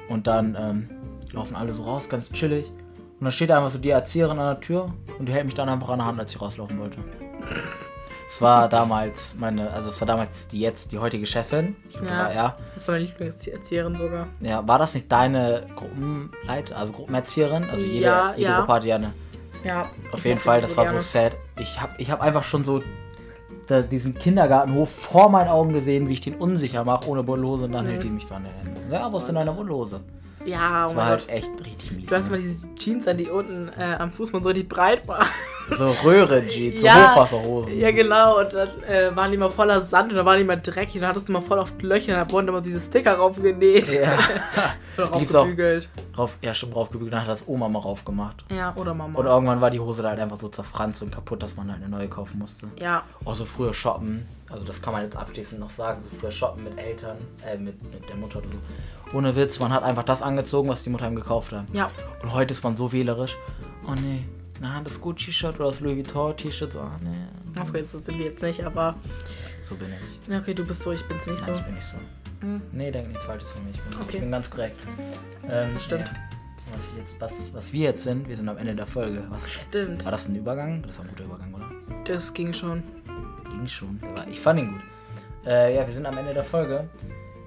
Und dann ähm, laufen alle so raus, ganz chillig. Und dann steht einfach so die Erzieherin an der Tür und die hält mich dann einfach an der Hand, als ich rauslaufen wollte. Es war damals meine, also es war damals die jetzt, die heutige Chefin. Ich
Ja.
war, ja.
Das war meine Lieblingserzieherin sogar.
Ja, war das nicht deine Gruppenleit, also Gruppenerzieherin? Also jede,
Ja,
jede
ja.
Gruppe hatte ja eine.
Ja.
Auf
ich
jeden
mochte
Fall,
die
das war so
gerne.
sad. Ich hab, ich hab einfach schon so da, diesen Kindergartenhof vor meinen Augen gesehen, wie ich den unsicher mache ohne Bullhose und dann
Mhm.
hält die mich so an der Hände. Ja, wo ist denn deine Bullhose?
Ja, oh
Das war
mein
halt
Gott.
echt richtig mies.
Oh Du hast mal
Ne?
diese Jeans an, die unten äh, am Fußmann so richtig breit war. [LAUGHS]
So Röhre-Jeans, so
Ja.
Hochwasserhosen.
ja, genau. Und dann äh, waren die mal voller Sand und dann waren die mal dreckig und dann hattest du mal voll oft Löcher und da wurden immer diese Sticker raufgenäht.
Ja.
[LAUGHS] Oder
Die gibt's auch.
raufgebügelt.
Rauf, ja, stimmt, raufgebügelt, dann hat das Oma mal raufgemacht.
Ja, oder Mama.
Und irgendwann war die Hose da halt einfach so zerfranst und kaputt, dass man halt eine neue kaufen musste.
ja.
Auch Oh, so früher shoppen, also das kann man jetzt abschließend noch sagen, so früher shoppen mit Eltern, äh, mit, mit der Mutter oder so. Ohne Witz, man hat einfach das angezogen, was die Mutter ihm gekauft hat.
Ja.
Und heute ist man so wählerisch. Oh nee, na, das Gucci-Shirt oder das Louis Vuitton-T-Shirt, so, ah, nee.
Okay, so sind wir jetzt nicht, aber.
So bin ich.
Ja, Okay, du bist so, ich bin's nicht
Nein,
so.
ich bin nicht so.
Hm.
Nee, denke nichts Falsches von mir. Ich bin,
Okay.
ich bin ganz korrekt. Ähm,
Stimmt.
Ja. Was, ich jetzt, was, was wir jetzt sind, wir sind am Ende der Folge. Was,
Stimmt.
war das ein Übergang? Das war ein guter Übergang, oder?
Das ging schon.
Ging schon. Der war, ich fand ihn gut. Äh, ja, wir sind am Ende der Folge.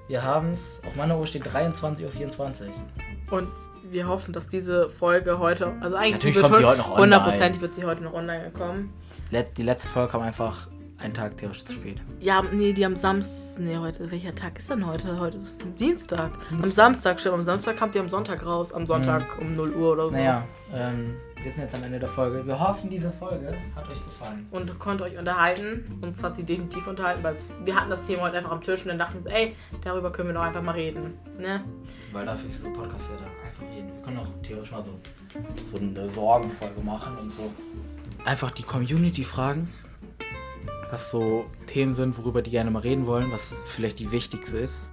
Wir haben es, auf meiner Uhr steht 23.24 Uhr.
Und wir hoffen, dass diese Folge heute, also eigentlich
Natürlich
wird
kommt die heute noch online.
hundertprozentig wird sie heute noch online kommen.
Let, die letzte Folge kam einfach einen Tag tierisch zu spät.
Ja, nee, die am Samstag, nee, heute, welcher Tag ist denn heute? Heute ist Dienstag. Am Samstag, stimmt, am Samstag kommt die am Sonntag raus, am Sonntag um 0 Uhr oder so.
Mhm. Naja, ähm, wir sind jetzt am Ende der Folge. Wir hoffen, diese Folge hat euch gefallen.
Und konnte euch unterhalten. Uns hat sie definitiv unterhalten, weil es, wir hatten das Thema heute einfach am Tisch und dann dachten wir uns, ey, darüber können wir doch einfach mal reden. Ne?
Weil dafür ist dieser Podcast ja da. Einfach reden. Wir können auch theoretisch mal so, so eine Sorgenfolge machen und so. Einfach die Community fragen, was so Themen sind, worüber die gerne mal reden wollen, was vielleicht die wichtigste ist.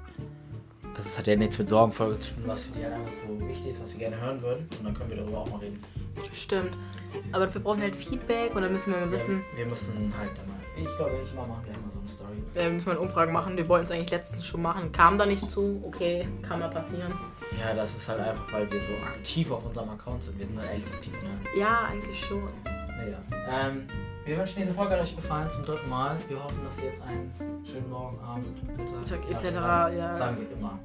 Also es hat ja nichts mit Sorgenfolge zu tun, was für die einfach so wichtig ist, was sie gerne hören würden. Und dann können wir darüber auch mal reden.
Stimmt. Aber dafür brauchen wir halt Feedback und dann müssen wir mal wissen,
Wir müssen halt dann mal. Ich glaube, ich mache mal gleich mal so eine Story.
äh, müssen wir eine Umfrage machen. Wir wollten es eigentlich letztens schon machen, kam da nicht zu. Okay, kann mal passieren.
Ja, das ist halt einfach, weil wir so aktiv auf unserem Account sind. Wir sind halt echt aktiv, ne?
Ja, eigentlich schon.
Naja. Ähm, wir wünschen diese Folge hat euch gefallen zum dritten Mal. Wir hoffen, dass ihr jetzt einen schönen Morgen, Abend, Mittag,
Mittag, etc.,
Abend-
ja.
Sagen wir immer.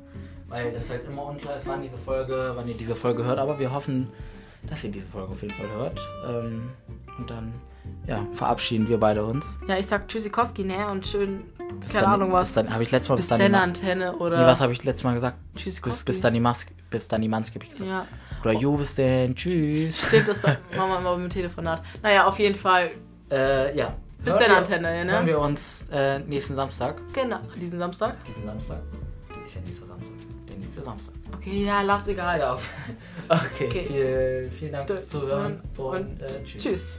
Weil das halt immer unklar ist, wann diese Folge, wann ihr diese Folge hört. Aber wir hoffen, dass ihr diese Folge auf jeden Fall hört. Ähm, und dann, ja, verabschieden wir beide uns.
Ja, ich sag Tschüssikowski, ne? Und schön,
Bis
keine
dann,
Ahnung was.
Bis dann, habe ich letztes Mal
bis
bis,
dann
dann.
eine
die Ma-
Antenne oder.
Oh, Nee, was habe ich letztes Mal gesagt? Bis,
Tschüssikowski.
bis dann die Maske. Bis dann die Manske hab ich gesagt.
Ja,
Oder jo, bis denn. Tschüss.
stimmt, das sagt Mama immer beim Telefonat. Naja, auf jeden Fall.
Äh, ja.
Bis
Hören
dann,
wir-
Antenne, ne?
Hören wir uns äh, nächsten Samstag.
Genau, diesen Samstag.
Diesen Samstag? Ist ja nächster Samstag. Der nächste Samstag.
Okay, ja, lass egal.
Auf. Okay,
Okay.
Viel, vielen Dank
Das-
fürs Zuhören
und-
und, äh, tschüss.
Tschüss.